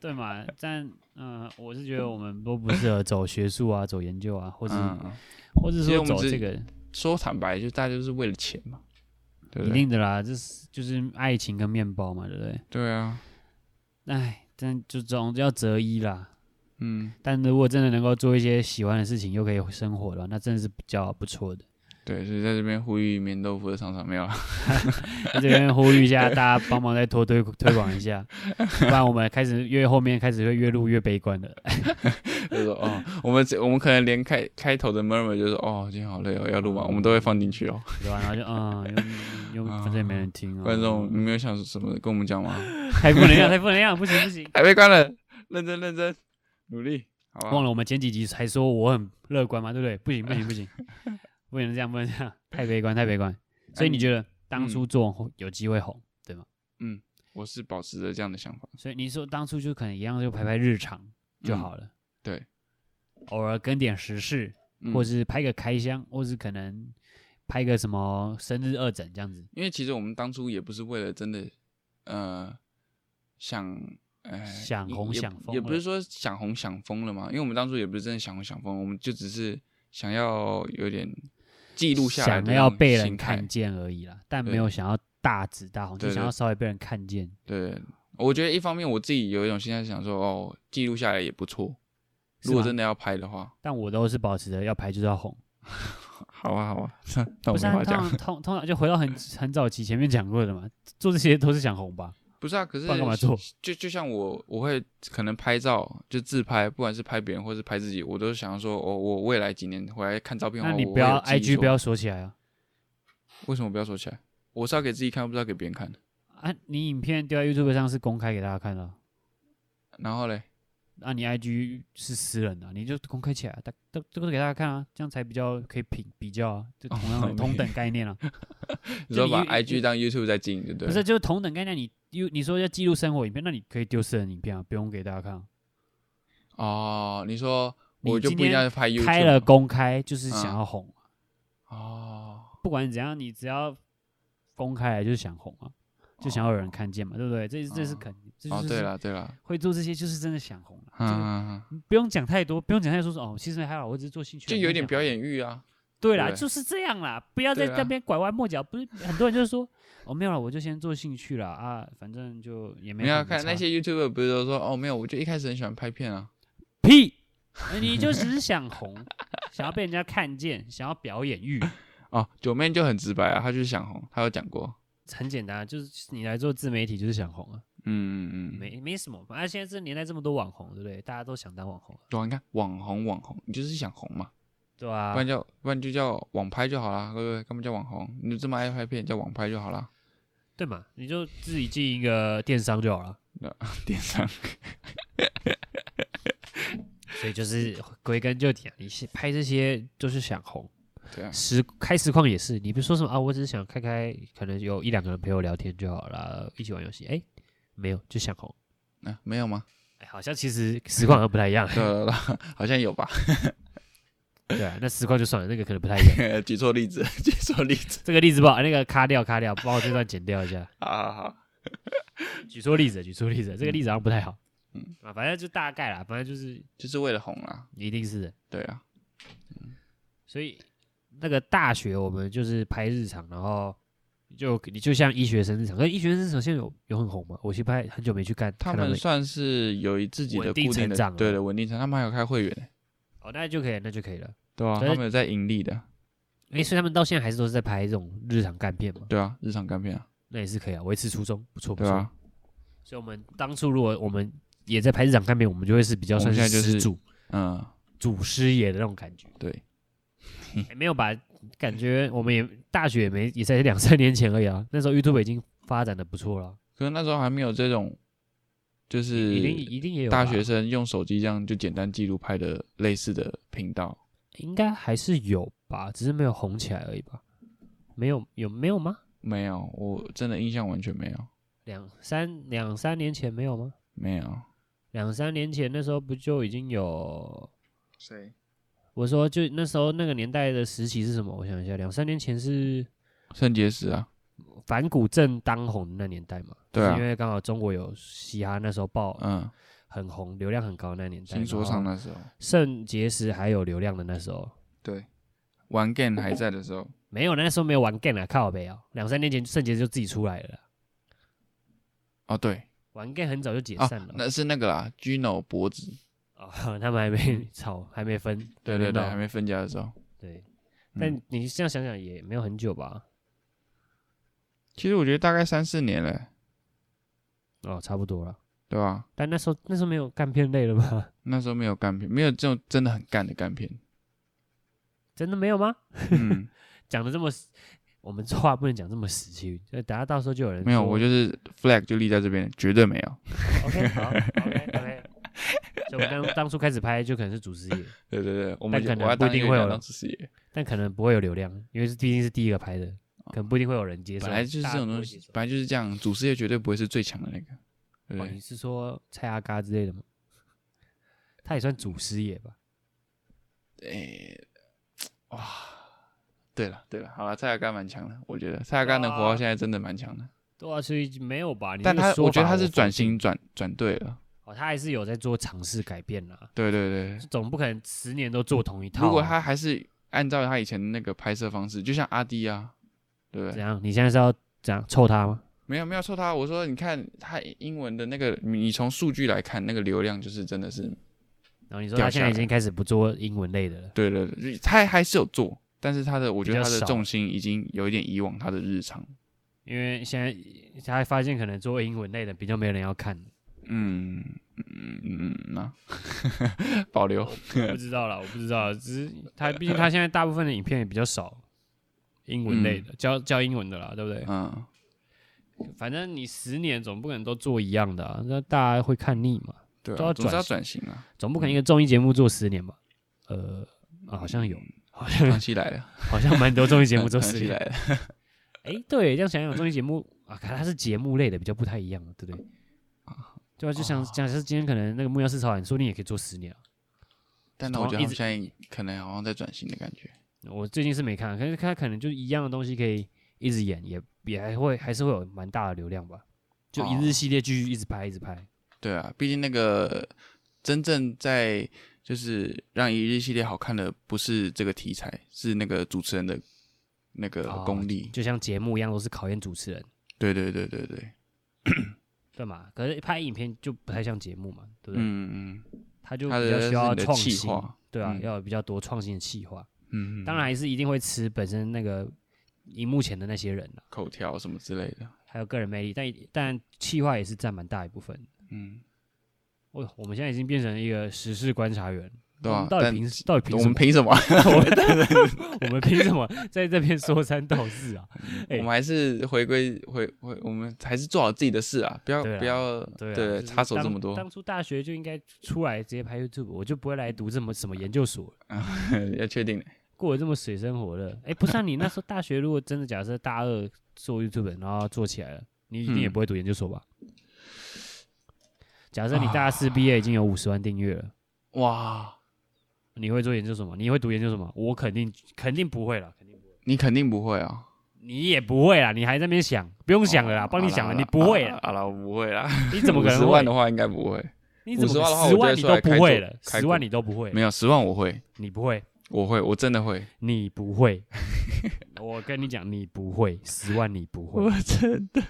Speaker 1: 对嘛？但嗯、呃我是觉得我们都不适合走学术啊，走研究啊，或者、
Speaker 2: 嗯，嗯
Speaker 1: 或者
Speaker 2: 其实
Speaker 1: 说
Speaker 2: 我们
Speaker 1: 走
Speaker 2: 只
Speaker 1: 这个
Speaker 2: 说坦白，就大家就是为了钱嘛，对
Speaker 1: 一
Speaker 2: 不对？
Speaker 1: 定的啦，这是就是爱情跟面包嘛，对不对？
Speaker 2: 对啊，
Speaker 1: 哎，但就总要择一啦。
Speaker 2: 嗯，
Speaker 1: 但如果真的能够做一些喜欢的事情，又可以生活的话，那真的是比较不错的。
Speaker 2: 对，所以在这边呼吁棉豆腐的厂商没有啊啦，
Speaker 1: 在这边呼吁一下，大家帮忙再多推推广一 下，不然我们开始越后面开始会越录越悲观的。
Speaker 2: 就说哦，我们只我们可能连开开头的 murmur 就是哦，今天好累哦，要录吗？我们都会放进去哦。
Speaker 1: 对吧、然后就嗯，又又反正也没人听啊。
Speaker 2: 观众，你没有想什么跟我们 讲吗？
Speaker 1: 太负能量，太负能量，不行不行。
Speaker 2: 还被关了，认真认真，努力， 好吧？
Speaker 1: 忘了我们前几集才说我很乐观嘛，对不对？不行不行 不行，不能这样不能这样，太悲观太悲观。所以你觉得当
Speaker 2: 嗯
Speaker 1: 初做有机会红，对吗？
Speaker 2: 我是保持着这样的想法，
Speaker 1: 所以你说当初就可能一样就拍拍日常就
Speaker 2: 嗯
Speaker 1: 好了，
Speaker 2: 对，
Speaker 1: 偶尔跟点时事，
Speaker 2: 嗯
Speaker 1: 或是拍个开箱，或是可能拍个什么生日二诊这样子。
Speaker 2: 因为其实我们当初也不是为了真的，呃，想。呃，
Speaker 1: 想
Speaker 2: 也
Speaker 1: 红
Speaker 2: 也
Speaker 1: 想疯
Speaker 2: 也不
Speaker 1: 了
Speaker 2: 是说想红想疯了嘛，因为我们当初也不是真的想红想疯，我们就只是想要有点记录下来
Speaker 1: 想
Speaker 2: 的那
Speaker 1: 要
Speaker 2: 种
Speaker 1: 被人
Speaker 2: 心态
Speaker 1: 看见而已啦，但
Speaker 2: 对
Speaker 1: 没有想要大紫大红，
Speaker 2: 对
Speaker 1: 就想
Speaker 2: 对
Speaker 1: 要稍微被人看见。
Speaker 2: 对，我觉得一方面我自己有一种心态，想说哦，记录下来也不错。
Speaker 1: 是
Speaker 2: 如果
Speaker 1: 吗
Speaker 2: 真的要拍的 话，
Speaker 1: 但我都是保持着要拍就是要红，
Speaker 2: 好啊好啊，那
Speaker 1: 不
Speaker 2: 我没
Speaker 1: 是、啊、
Speaker 2: 话
Speaker 1: 通
Speaker 2: 讲。
Speaker 1: 常通通常就回到很很早期前面讲过的嘛，做这些都是想红吧？
Speaker 2: 不是啊，
Speaker 1: 不
Speaker 2: 可是
Speaker 1: 然干嘛做？
Speaker 2: 就就像我，我会可能拍照，就自拍，不管是拍别人或是拍自己，我都想说，我、我未来几年回来看照片的话，
Speaker 1: 那你
Speaker 2: 我
Speaker 1: 不
Speaker 2: 会
Speaker 1: 要
Speaker 2: 有记
Speaker 1: IG
Speaker 2: 忆说
Speaker 1: 不要锁起来啊！
Speaker 2: 为什么不要锁起来？我是要给自己看，不是要给别人看的。
Speaker 1: 啊，你影片丢在 YouTube 上是公开给大家看的啊，
Speaker 2: 然后嘞，
Speaker 1: 那、啊你 IG 是私人的啊，你就公开起来啊，大都都给大家看啊，这样才比较可以比比较啊，就同样的、
Speaker 2: 哦
Speaker 1: 同等概念啊。
Speaker 2: 你说把
Speaker 1: 你
Speaker 2: IG 当 YouTube 在经营，对不对？
Speaker 1: 不是，就是同等概念。你又你说要记录生活影片，那你可以丢私人影片啊，不用给大家看啊、
Speaker 2: 哦，你说
Speaker 1: 你
Speaker 2: 我就
Speaker 1: 今
Speaker 2: 不一定
Speaker 1: 天
Speaker 2: 要拍 YouTube
Speaker 1: 开了公开就是
Speaker 2: 嗯
Speaker 1: 想要红啊、
Speaker 2: 哦，
Speaker 1: 不管怎样，你只要公开来就是想红啊，就想要有人看见嘛，对不对？这这是
Speaker 2: 哦
Speaker 1: 肯定，这
Speaker 2: 哦
Speaker 1: 就，
Speaker 2: 对
Speaker 1: 是
Speaker 2: 了对了，
Speaker 1: 会做这些就是真的想红了、
Speaker 2: 嗯
Speaker 1: 这个
Speaker 2: 嗯，嗯
Speaker 1: 不用讲太多，不用讲太多说哦，其实还好，我只是做兴趣，
Speaker 2: 就有点
Speaker 1: 不用
Speaker 2: 表
Speaker 1: 讲。
Speaker 2: 演欲啊。
Speaker 1: 对啦，
Speaker 2: 对
Speaker 1: 就是这样啦，不要在
Speaker 2: 对啊
Speaker 1: 那边拐弯抹角。不是很多人就是说，哦没有了，我就先做兴趣了啊，反正就也没
Speaker 2: 你要
Speaker 1: 什么
Speaker 2: 啊看那
Speaker 1: 差
Speaker 2: 些 YouTuber 不是都说哦没有，我就一开始很喜欢拍片啊。
Speaker 1: 屁，哎你就只是想红，想要被人家看见，想要表演欲，
Speaker 2: 哦，九妹就很直白啊，她就是想红，她有讲过。
Speaker 1: 很简单啊，就是你来做自媒体就是想红啊，
Speaker 2: 嗯嗯嗯，
Speaker 1: 没没什么。反啊正现在这年代这么多网红，对不对？大家都想当网红，
Speaker 2: 对啊，你看网红网红，你就是想红嘛，
Speaker 1: 对啊吧、
Speaker 2: 不然叫不然就叫网拍就好啦，对不对？干嘛叫网红？你这么爱拍片，叫网拍就好啦。
Speaker 1: 对嘛？你就自己进一个电商就好了。
Speaker 2: 电商，
Speaker 1: 所以就是 归根究底啊，你是拍这些就是想红。
Speaker 2: 对啊，
Speaker 1: 实开实况也是，你别说什么啊，我只是想开开，可能有一两个人陪我聊天就好了，一起玩游戏。哎，没有就想红，
Speaker 2: 那、啊没有吗？
Speaker 1: 哎，好像其实实况好像不太一样。
Speaker 2: 对对对， 好像有吧？
Speaker 1: 对啊，那实况就算了，那个可能不太一样。
Speaker 2: 举错例子， 举错例子。
Speaker 1: 这个例子不好，那个卡掉卡掉，帮我这段剪掉一下。
Speaker 2: 好好好，
Speaker 1: 举错例子，举错例子，这个例子好像不太好。
Speaker 2: 嗯
Speaker 1: 嗯啊，反正就大概啦，反正就是
Speaker 2: 就是为了红啦。
Speaker 1: 一定是的。
Speaker 2: 对啊，
Speaker 1: 所以那个大学我们就是拍日常，然后就你就像医学生日常，可是医学生日常现在有有很红吗？我去拍很久没去看，
Speaker 2: 他
Speaker 1: 看
Speaker 2: 们
Speaker 1: 们
Speaker 2: 算是有一自己的
Speaker 1: 稳定
Speaker 2: 固定
Speaker 1: 成长
Speaker 2: 的，
Speaker 1: 了
Speaker 2: 对的稳定成长，他们还有开会员呢，
Speaker 1: 哦，那就可以，那就可以了。
Speaker 2: 对啊，
Speaker 1: 可是
Speaker 2: 他们有在盈利的，
Speaker 1: 哎，所以他们到现在还是都是在拍这种日常干片嘛，
Speaker 2: 对啊，日常干片啊，
Speaker 1: 那也是可以啊，维持初衷，不错不
Speaker 2: 对
Speaker 1: 错。
Speaker 2: 啊，
Speaker 1: 所以我们当初如果我们也在拍日常干片，我们就会是比较
Speaker 2: 我们
Speaker 1: 算
Speaker 2: 现在就是
Speaker 1: 始祖、
Speaker 2: 嗯，
Speaker 1: 祖师爷的那种感觉。
Speaker 2: 对，嗯
Speaker 1: 也没有吧？感觉我们也大学也没也才两三年前而已啊，那时候 YouTube 已经发展的不错了，
Speaker 2: 可是那时候还没有这种，就
Speaker 1: 一定
Speaker 2: 是
Speaker 1: 一定也有吧啊
Speaker 2: 大学生用手机这样就简单记录拍的类似的频道，
Speaker 1: 应该还是有吧，只是没有红起来而已吧？没有有没有吗？
Speaker 2: 没有，我真的印象完全没有，
Speaker 1: 两三两三年前没有吗？
Speaker 2: 没有。
Speaker 1: 两三年前那时候不就已经有？
Speaker 2: 谁？
Speaker 1: 我说就那时候那个年代的时期是什么？我想一下，两三年前是
Speaker 2: 肾结石啊，
Speaker 1: 反骨正当红的那年代嘛？
Speaker 2: 对啊
Speaker 1: 就是因为刚好中国有嘻哈那时候爆
Speaker 2: 嗯，
Speaker 1: 很红，流量很高的那年代，
Speaker 2: 新说唱那时候，
Speaker 1: 肾结石还有流量的那时候，
Speaker 2: 对，玩 game 还在的时候，
Speaker 1: 没有，那时候没有玩 game 啊，靠北哦，两三年前圣杰就自己出来了啦，
Speaker 2: 哦对，
Speaker 1: 玩 game 很早就解
Speaker 2: 啊
Speaker 1: 散，了。
Speaker 2: 那是那个啦，Gino 脖子，
Speaker 1: 哦， 他们还没吵，还没分，
Speaker 2: 对对对，
Speaker 1: 闹
Speaker 2: 还没分家的时候。
Speaker 1: 对。
Speaker 2: 嗯
Speaker 1: 但你这样想想也没有很久吧？
Speaker 2: 其实我觉得大概三四年了，
Speaker 1: 哦，差不多了。
Speaker 2: 对吧？
Speaker 1: 但那时候那时候没有干片类了吗？
Speaker 2: 那时候没有干片，没有这种真的很干的干片。
Speaker 1: 真的没有吗？
Speaker 2: 嗯，
Speaker 1: 讲的这么，我们话不能讲这么死气，就等下到时候就有人
Speaker 2: 没有，我就是 flag 就立在这边，绝对没有。
Speaker 1: OK 好 OK OK。所以我们当当初开始拍就可能是祖师爷，
Speaker 2: 对对对，我们
Speaker 1: 但可能
Speaker 2: 我要当
Speaker 1: 不一定
Speaker 2: 演员
Speaker 1: 会有
Speaker 2: 当主持人
Speaker 1: 但可能不会有流量，因为是毕竟是第一个拍的，可能不一定会有人接受。
Speaker 2: 本来就是
Speaker 1: 大
Speaker 2: 这
Speaker 1: 家
Speaker 2: 种
Speaker 1: 不会
Speaker 2: 东
Speaker 1: 接
Speaker 2: 西
Speaker 1: 受，
Speaker 2: 本来就是这样，主事业绝对不会是最强的那个，对不
Speaker 1: 哦，
Speaker 2: 对
Speaker 1: 你？是说蔡阿嘎之类的吗？他也算祖师爷吧？
Speaker 2: 哎对了对了，好了，蔡阿刚蛮强的，我觉得蔡阿刚能活到现在真的蛮强的，
Speaker 1: 对啊，所以没有吧？你
Speaker 2: 但
Speaker 1: 这
Speaker 2: 他
Speaker 1: 个说
Speaker 2: 我觉得
Speaker 1: 法
Speaker 2: 他是
Speaker 1: 否
Speaker 2: 转
Speaker 1: 定
Speaker 2: 型转转对了，
Speaker 1: 哦，他还是有在做尝试改变啦，
Speaker 2: 对对对。
Speaker 1: 总不可能十年都做同一套啊。
Speaker 2: 如果他还是按照他以前那个拍摄方式，就像阿迪啊，对不
Speaker 1: 怎
Speaker 2: 对？
Speaker 1: 样，你现在是要怎样臭他吗？
Speaker 2: 没有没有错他，我说你看他英文的那个，你你从数据来看，那个流量就是真的是，
Speaker 1: 然后你说
Speaker 2: 掉
Speaker 1: 他现在
Speaker 2: 下
Speaker 1: 已经开始不做英文类的了，
Speaker 2: 对对对，他还是有做，但是他的我觉得
Speaker 1: 比较
Speaker 2: 他的
Speaker 1: 少
Speaker 2: 重心已经有一点以往他的日常，
Speaker 1: 因为现在他发现可能做英文类的比较没人要看，
Speaker 2: 嗯嗯嗯，那、 保留
Speaker 1: 不知道啦，我不知道，只是他毕竟他现在大部分的影片也比较少英文类的，教教英文的啦，对不对？
Speaker 2: 嗯，
Speaker 1: 反正你十年总不可能都做一样的、啊，那大家会看腻嘛，
Speaker 2: 对、
Speaker 1: 都
Speaker 2: 啊，
Speaker 1: 要
Speaker 2: 总是
Speaker 1: 转
Speaker 2: 要转型啊，
Speaker 1: 总不可能一个综艺节目做十年吧？呃，啊、好像有，好像
Speaker 2: 康熙啊来了，
Speaker 1: 好像蛮多 综艺节目做
Speaker 2: 康
Speaker 1: 十
Speaker 2: 熙
Speaker 1: 年
Speaker 2: 来。 了，
Speaker 1: 哎、对，这样想想，综艺节目啊，可能它是节目类的，比较不太一样，对不对？对啊，就想
Speaker 2: 哦
Speaker 1: 假设今天可能那个木曜四超人，说不定也可以做十年啊。
Speaker 2: 但我觉得他
Speaker 1: 一
Speaker 2: 们
Speaker 1: 直
Speaker 2: 现在可能好像在转型的感觉，
Speaker 1: 我最近是没看，可是它可能就是一样的东西可以一直演，也也还会还是会有蛮大的流量吧。就一日
Speaker 2: 哦
Speaker 1: 系列继续一直拍，一直拍。
Speaker 2: 对啊，毕竟那个真正在就是让一日系列好看的不是这个题材，是那个主持人的那个
Speaker 1: 哦
Speaker 2: 功力，
Speaker 1: 就像节目一样，都是考验主持人，
Speaker 2: 对对对对对，
Speaker 1: 对嘛？可是拍影片就不太像节目嘛，对不对？
Speaker 2: 嗯嗯
Speaker 1: 他就
Speaker 2: 嗯，
Speaker 1: 比
Speaker 2: 他
Speaker 1: 较
Speaker 2: 的
Speaker 1: 需要
Speaker 2: 你的
Speaker 1: 创
Speaker 2: 气
Speaker 1: 新，
Speaker 2: 化，
Speaker 1: 对啊，
Speaker 2: 嗯
Speaker 1: 要有比较多创新的企划。
Speaker 2: 嗯，嗯
Speaker 1: 当然还是一定会吃本身那个荧幕前的那些人啊，
Speaker 2: 口条什么之类的，
Speaker 1: 还有个人魅力，但但企划也是占蛮大一部分。
Speaker 2: 嗯，
Speaker 1: 我我们现在已经变成一个时事观察员，
Speaker 2: 对
Speaker 1: 我
Speaker 2: 啊
Speaker 1: 们，到底
Speaker 2: 但
Speaker 1: 凭到底凭
Speaker 2: 我
Speaker 1: 什
Speaker 2: 们
Speaker 1: 么？
Speaker 2: 凭什么？
Speaker 1: 我们我们凭什么在这边说三道四啊？ 哎
Speaker 2: 我们还是回归回回，我们还是做好自己的事啊，不要
Speaker 1: 对啊
Speaker 2: 不要
Speaker 1: 对啊，就是
Speaker 2: 插手这
Speaker 1: 当
Speaker 2: 么多，
Speaker 1: 当初大学就应该出来直接拍 YouTube，我就不会来读这么什么研究所，
Speaker 2: 要确定。
Speaker 1: 过得这么水深火热。哎，不像你那时候大学，如果真的假设大二做 YouTube，然后做起来了，你一定也
Speaker 2: 嗯
Speaker 1: 不会读研究所吧？假设你大
Speaker 2: 啊
Speaker 1: 四毕业已经有五十万订阅了。
Speaker 2: 哇，
Speaker 1: 你会做研究所吗？你会读研究所吗？我肯定肯定不会了，肯定不会。
Speaker 2: 你肯定不会啊！
Speaker 1: 你也不会啦，你还在那边想，不用想了啦，
Speaker 2: 哦
Speaker 1: 帮你想
Speaker 2: 好
Speaker 1: 了，
Speaker 2: 啦
Speaker 1: 你不会
Speaker 2: 好啦
Speaker 1: 啦，
Speaker 2: 好啦，我不会啦。
Speaker 1: 你怎么可能
Speaker 2: 十万的
Speaker 1: 会？
Speaker 2: 话应该不会，
Speaker 1: 你怎么
Speaker 2: 50万的话
Speaker 1: 十
Speaker 2: 我
Speaker 1: 万
Speaker 2: 就
Speaker 1: 你
Speaker 2: 出
Speaker 1: 都
Speaker 2: 来
Speaker 1: 不会
Speaker 2: 开做
Speaker 1: 了，
Speaker 2: 开
Speaker 1: 十万
Speaker 2: 股
Speaker 1: 你都不会，
Speaker 2: 没有十万我会，
Speaker 1: 你不会，
Speaker 2: 我会，我真的会，
Speaker 1: 你不会。我跟你讲，你不会，十万你不会，
Speaker 2: 真的。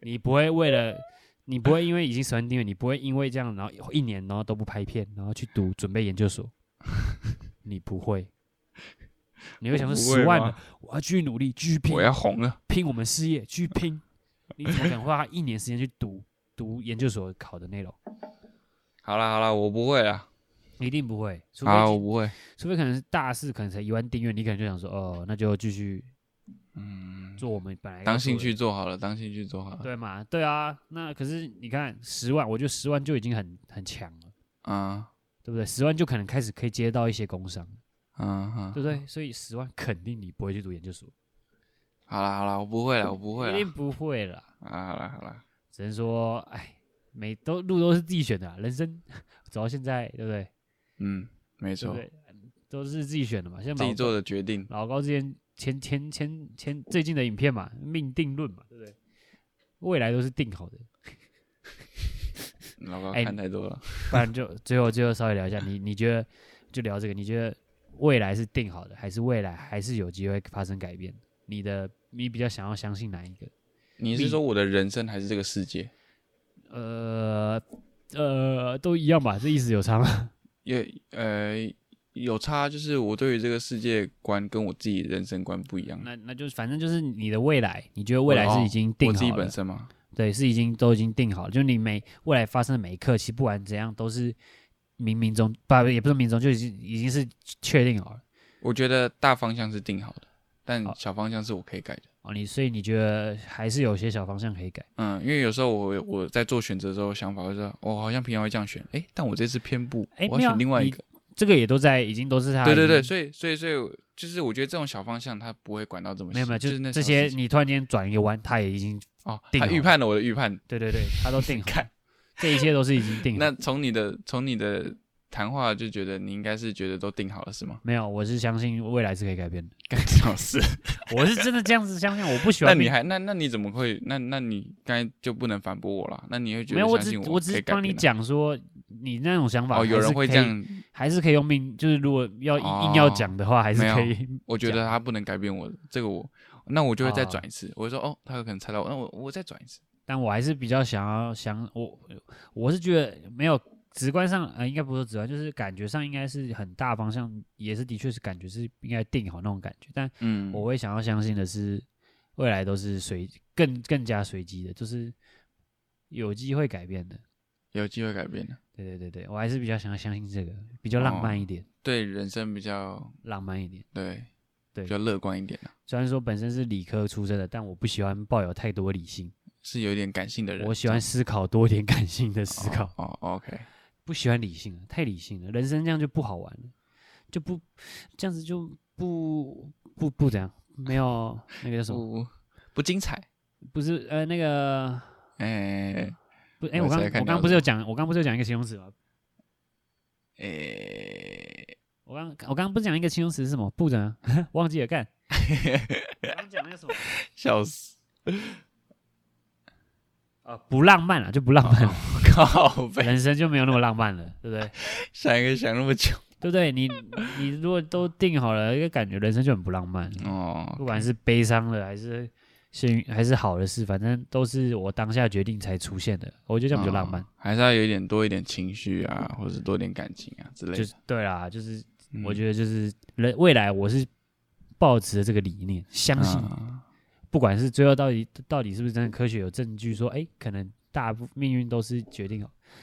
Speaker 1: 你不会为了，你不会因为已经十万订阅，你不会因为这样，然后一年然后都不拍片，然后去读准备研究 所，你不会。你会想说
Speaker 2: 我不会
Speaker 1: 十万
Speaker 2: 吗
Speaker 1: 了，我要继续努力，继续拼
Speaker 2: 我，要红了，
Speaker 1: 拼我们事业，去拼。你怎么可能花一年时间去读 读研究所考的内容？
Speaker 2: 好啦好啦，我不会啦，
Speaker 1: 一定不会，除非
Speaker 2: 好啦我不会，
Speaker 1: 除非可能是大四，可能才一万订阅，你可能就想说，哦，那就继续
Speaker 2: 嗯，
Speaker 1: 做我们本来要
Speaker 2: 当
Speaker 1: 做
Speaker 2: 兴
Speaker 1: 的，
Speaker 2: 趣做好了，当兴趣做好了，
Speaker 1: 对嘛？对啊，那可是你看十万，我觉得十万就已经很很强了，
Speaker 2: 啊
Speaker 1: 对不对？十万就可能开始可以接到一些工商，
Speaker 2: 嗯哼，
Speaker 1: 对不对？所以十万肯定你不会去读研究所，
Speaker 2: 好啦好啦，我不会啦，我不会啊
Speaker 1: 一定
Speaker 2: 啦，
Speaker 1: 不会啦。
Speaker 2: 啊好啦好啦，
Speaker 1: 只能说，哎，每都路都是自己选的啊、人生 走到现在，对不对？
Speaker 2: 嗯，没
Speaker 1: 对不
Speaker 2: 错，
Speaker 1: 对？都是自己选的嘛，像
Speaker 2: 自己
Speaker 1: 老
Speaker 2: 做的决定，
Speaker 1: 老高之前前前前前最近的影片嘛，命定论嘛，对不对？未来都是定好的，
Speaker 2: 老高
Speaker 1: 哎
Speaker 2: 看太多了，
Speaker 1: 不然 就最后最后稍微聊一下，你你觉得就聊这个，你觉得未来是定好的，还是未来还是有机会发生改变？你的你比较想要相信哪一个？
Speaker 2: 你是说我的人生还是这个世界？
Speaker 1: 呃呃，都一样吧，这意思有差吗？
Speaker 2: 也呃有差，就是我对于这个世界观跟我自己人生观不一样。
Speaker 1: 那那就是反正就是你的未来，你觉得未来是已经定
Speaker 2: 哦我自己
Speaker 1: 好了
Speaker 2: 本，身嘛，
Speaker 1: 对，是已经都已经定好了，就是你每未来发生的每一刻，其实不管怎样都是冥冥中，不也不是冥冥中，就已经已经是确定好了。
Speaker 2: 我觉得大方向是定好的，但
Speaker 1: 好
Speaker 2: 小方向是我可以改的。
Speaker 1: 哦，你所以你觉得还是有些小方向可以改，
Speaker 2: 嗯，因为有时候我我在做选择的时候，想法会说，我好像平常会这样选，诶，但我这次偏不，
Speaker 1: 哎
Speaker 2: 我
Speaker 1: 没有
Speaker 2: 要
Speaker 1: 啊
Speaker 2: 选另外一
Speaker 1: 你啊
Speaker 2: 个。
Speaker 1: 这个也都在已经都是他
Speaker 2: 对对
Speaker 1: 已
Speaker 2: 对，
Speaker 1: 经
Speaker 2: 所以所以所以我就是我觉得这种小方向他不会管到这么细，
Speaker 1: 没有没有，
Speaker 2: 就是那
Speaker 1: 这
Speaker 2: 小
Speaker 1: 些
Speaker 2: 事情
Speaker 1: 你突然间转一个弯，他也已经
Speaker 2: 哦，
Speaker 1: 定
Speaker 2: 他
Speaker 1: 好
Speaker 2: 预
Speaker 1: 了
Speaker 2: 判了我的预判。
Speaker 1: 对对对，他都 定好了，这一切都是已经定好了。
Speaker 2: 那从你的从你的谈话就觉得你应该是觉得都定好了是吗？
Speaker 1: 没有，我是相信未来是可以改变的，
Speaker 2: 干这种 事。
Speaker 1: 我是真的这样子相信，我不喜
Speaker 2: 那
Speaker 1: 欢
Speaker 2: 啊你
Speaker 1: 命。
Speaker 2: 还那那你怎么会？那那你刚才就不能反驳我啦？那你会觉
Speaker 1: 没
Speaker 2: 得
Speaker 1: 有，我
Speaker 2: 相
Speaker 1: 只
Speaker 2: 信
Speaker 1: 我只
Speaker 2: 可以
Speaker 1: 是
Speaker 2: 改
Speaker 1: 帮你
Speaker 2: 变啊
Speaker 1: 讲说，你那种想法
Speaker 2: 哦，有
Speaker 1: 还
Speaker 2: 人
Speaker 1: 是
Speaker 2: 会
Speaker 1: 可
Speaker 2: 这
Speaker 1: 以
Speaker 2: 样，
Speaker 1: 还是可以用命，就是如果要硬硬要讲的话，还是
Speaker 2: 哦没有
Speaker 1: 可以。
Speaker 2: 我觉
Speaker 1: 讲
Speaker 2: 得他不能改变我，这个我那我就会再
Speaker 1: 哦
Speaker 2: 转一次，我就说哦，他有可能猜到我，那我我再转一次，
Speaker 1: 但我还是比较想要想我，我是觉得没有直观上，呃，应该不是说直观，就是感觉上应该是很大方向，也是的确是感觉是应该定好那种感觉。但
Speaker 2: 嗯，
Speaker 1: 我会想要相信的是，未来都是随更更加随机的，就是有机会改变的。
Speaker 2: 有机会改变啊的，
Speaker 1: 对对对对，我还是比较想要相信这个，比较浪
Speaker 2: 哦
Speaker 1: 漫一点，
Speaker 2: 对人生比较
Speaker 1: 浪漫一点。
Speaker 2: 对
Speaker 1: 对
Speaker 2: 比较乐观一点啊，
Speaker 1: 虽然说本身是理科出身的，但我不喜欢抱有太多理性，
Speaker 2: 是有一点感性的人。
Speaker 1: 我喜欢思考多一点感性的思考，
Speaker 2: 哦哦，OK，
Speaker 1: 不喜欢理性了，太理性了，人生这样就不好玩了，就不这样子就不不不怎样，没有那个叫什么，
Speaker 2: 不不精彩，
Speaker 1: 不是呃那个
Speaker 2: 哎、
Speaker 1: 不哎、
Speaker 2: 我
Speaker 1: 我刚
Speaker 2: 在
Speaker 1: 我
Speaker 2: 看
Speaker 1: 刚
Speaker 2: 你要
Speaker 1: 刚不是有讲，我刚刚不是有讲一个形容词吗？
Speaker 2: 诶，
Speaker 1: 我刚我刚刚不是讲一个形容词是什么？不怎样， 忘记了 干。我刚讲那个什么
Speaker 2: 笑死！
Speaker 1: 啊？不浪漫了，就不浪漫
Speaker 2: 哦
Speaker 1: 了，
Speaker 2: 靠背，
Speaker 1: 人生就没有那么浪漫了，对不对？
Speaker 2: 想一个想那么久
Speaker 1: 对不对？你你如果都定好了，一个感觉人生就很不浪漫，
Speaker 2: 哦
Speaker 1: 不管是悲伤的还是幸运还是好的事，反正都是我当下决定才出现的，我觉得这样比较浪漫。
Speaker 2: 哦还是要有一点多一点情绪啊，或者多一点感情啊之类
Speaker 1: 就
Speaker 2: 的
Speaker 1: 是。对啦，就是
Speaker 2: 嗯
Speaker 1: 我觉得就是人未来我是抱持着这个理念，相信
Speaker 2: 啊
Speaker 1: 不管是最后到底到底是不是真的科学有证据说，哎、可能大部命运都是决定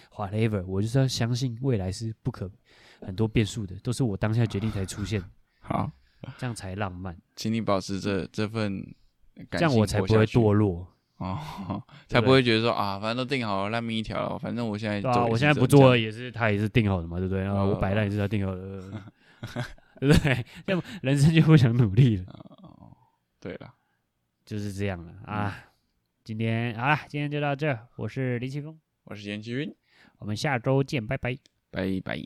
Speaker 1: 好，whatever，我就是要相信未来是不可很多变数的，都是我当下决定才出现的，
Speaker 2: 好，
Speaker 1: 这样才浪漫，
Speaker 2: 请你保持这这份
Speaker 1: 这
Speaker 2: 感性
Speaker 1: 样我才不
Speaker 2: 活
Speaker 1: 会
Speaker 2: 下去
Speaker 1: 堕落。
Speaker 2: 哦，
Speaker 1: 对
Speaker 2: 才
Speaker 1: 不
Speaker 2: 不会觉得说啊，反正都定好了，烂命一条了，反正我现在
Speaker 1: 对
Speaker 2: 走
Speaker 1: 啊，
Speaker 2: 也
Speaker 1: 我
Speaker 2: 是
Speaker 1: 现在
Speaker 2: 这
Speaker 1: 不
Speaker 2: 这
Speaker 1: 做
Speaker 2: 样
Speaker 1: 也是他也是定好的嘛，对不对？然后我
Speaker 2: 呃
Speaker 1: 摆烂也是他定好的， 对不对？ 要不人生就不想努力了，
Speaker 2: 哦，对了，
Speaker 1: 就是这样了啊。今天好了，今天就到这儿，我是林奇峰，
Speaker 2: 我是严奇云，
Speaker 1: 我们下周见，拜拜。
Speaker 2: 拜拜。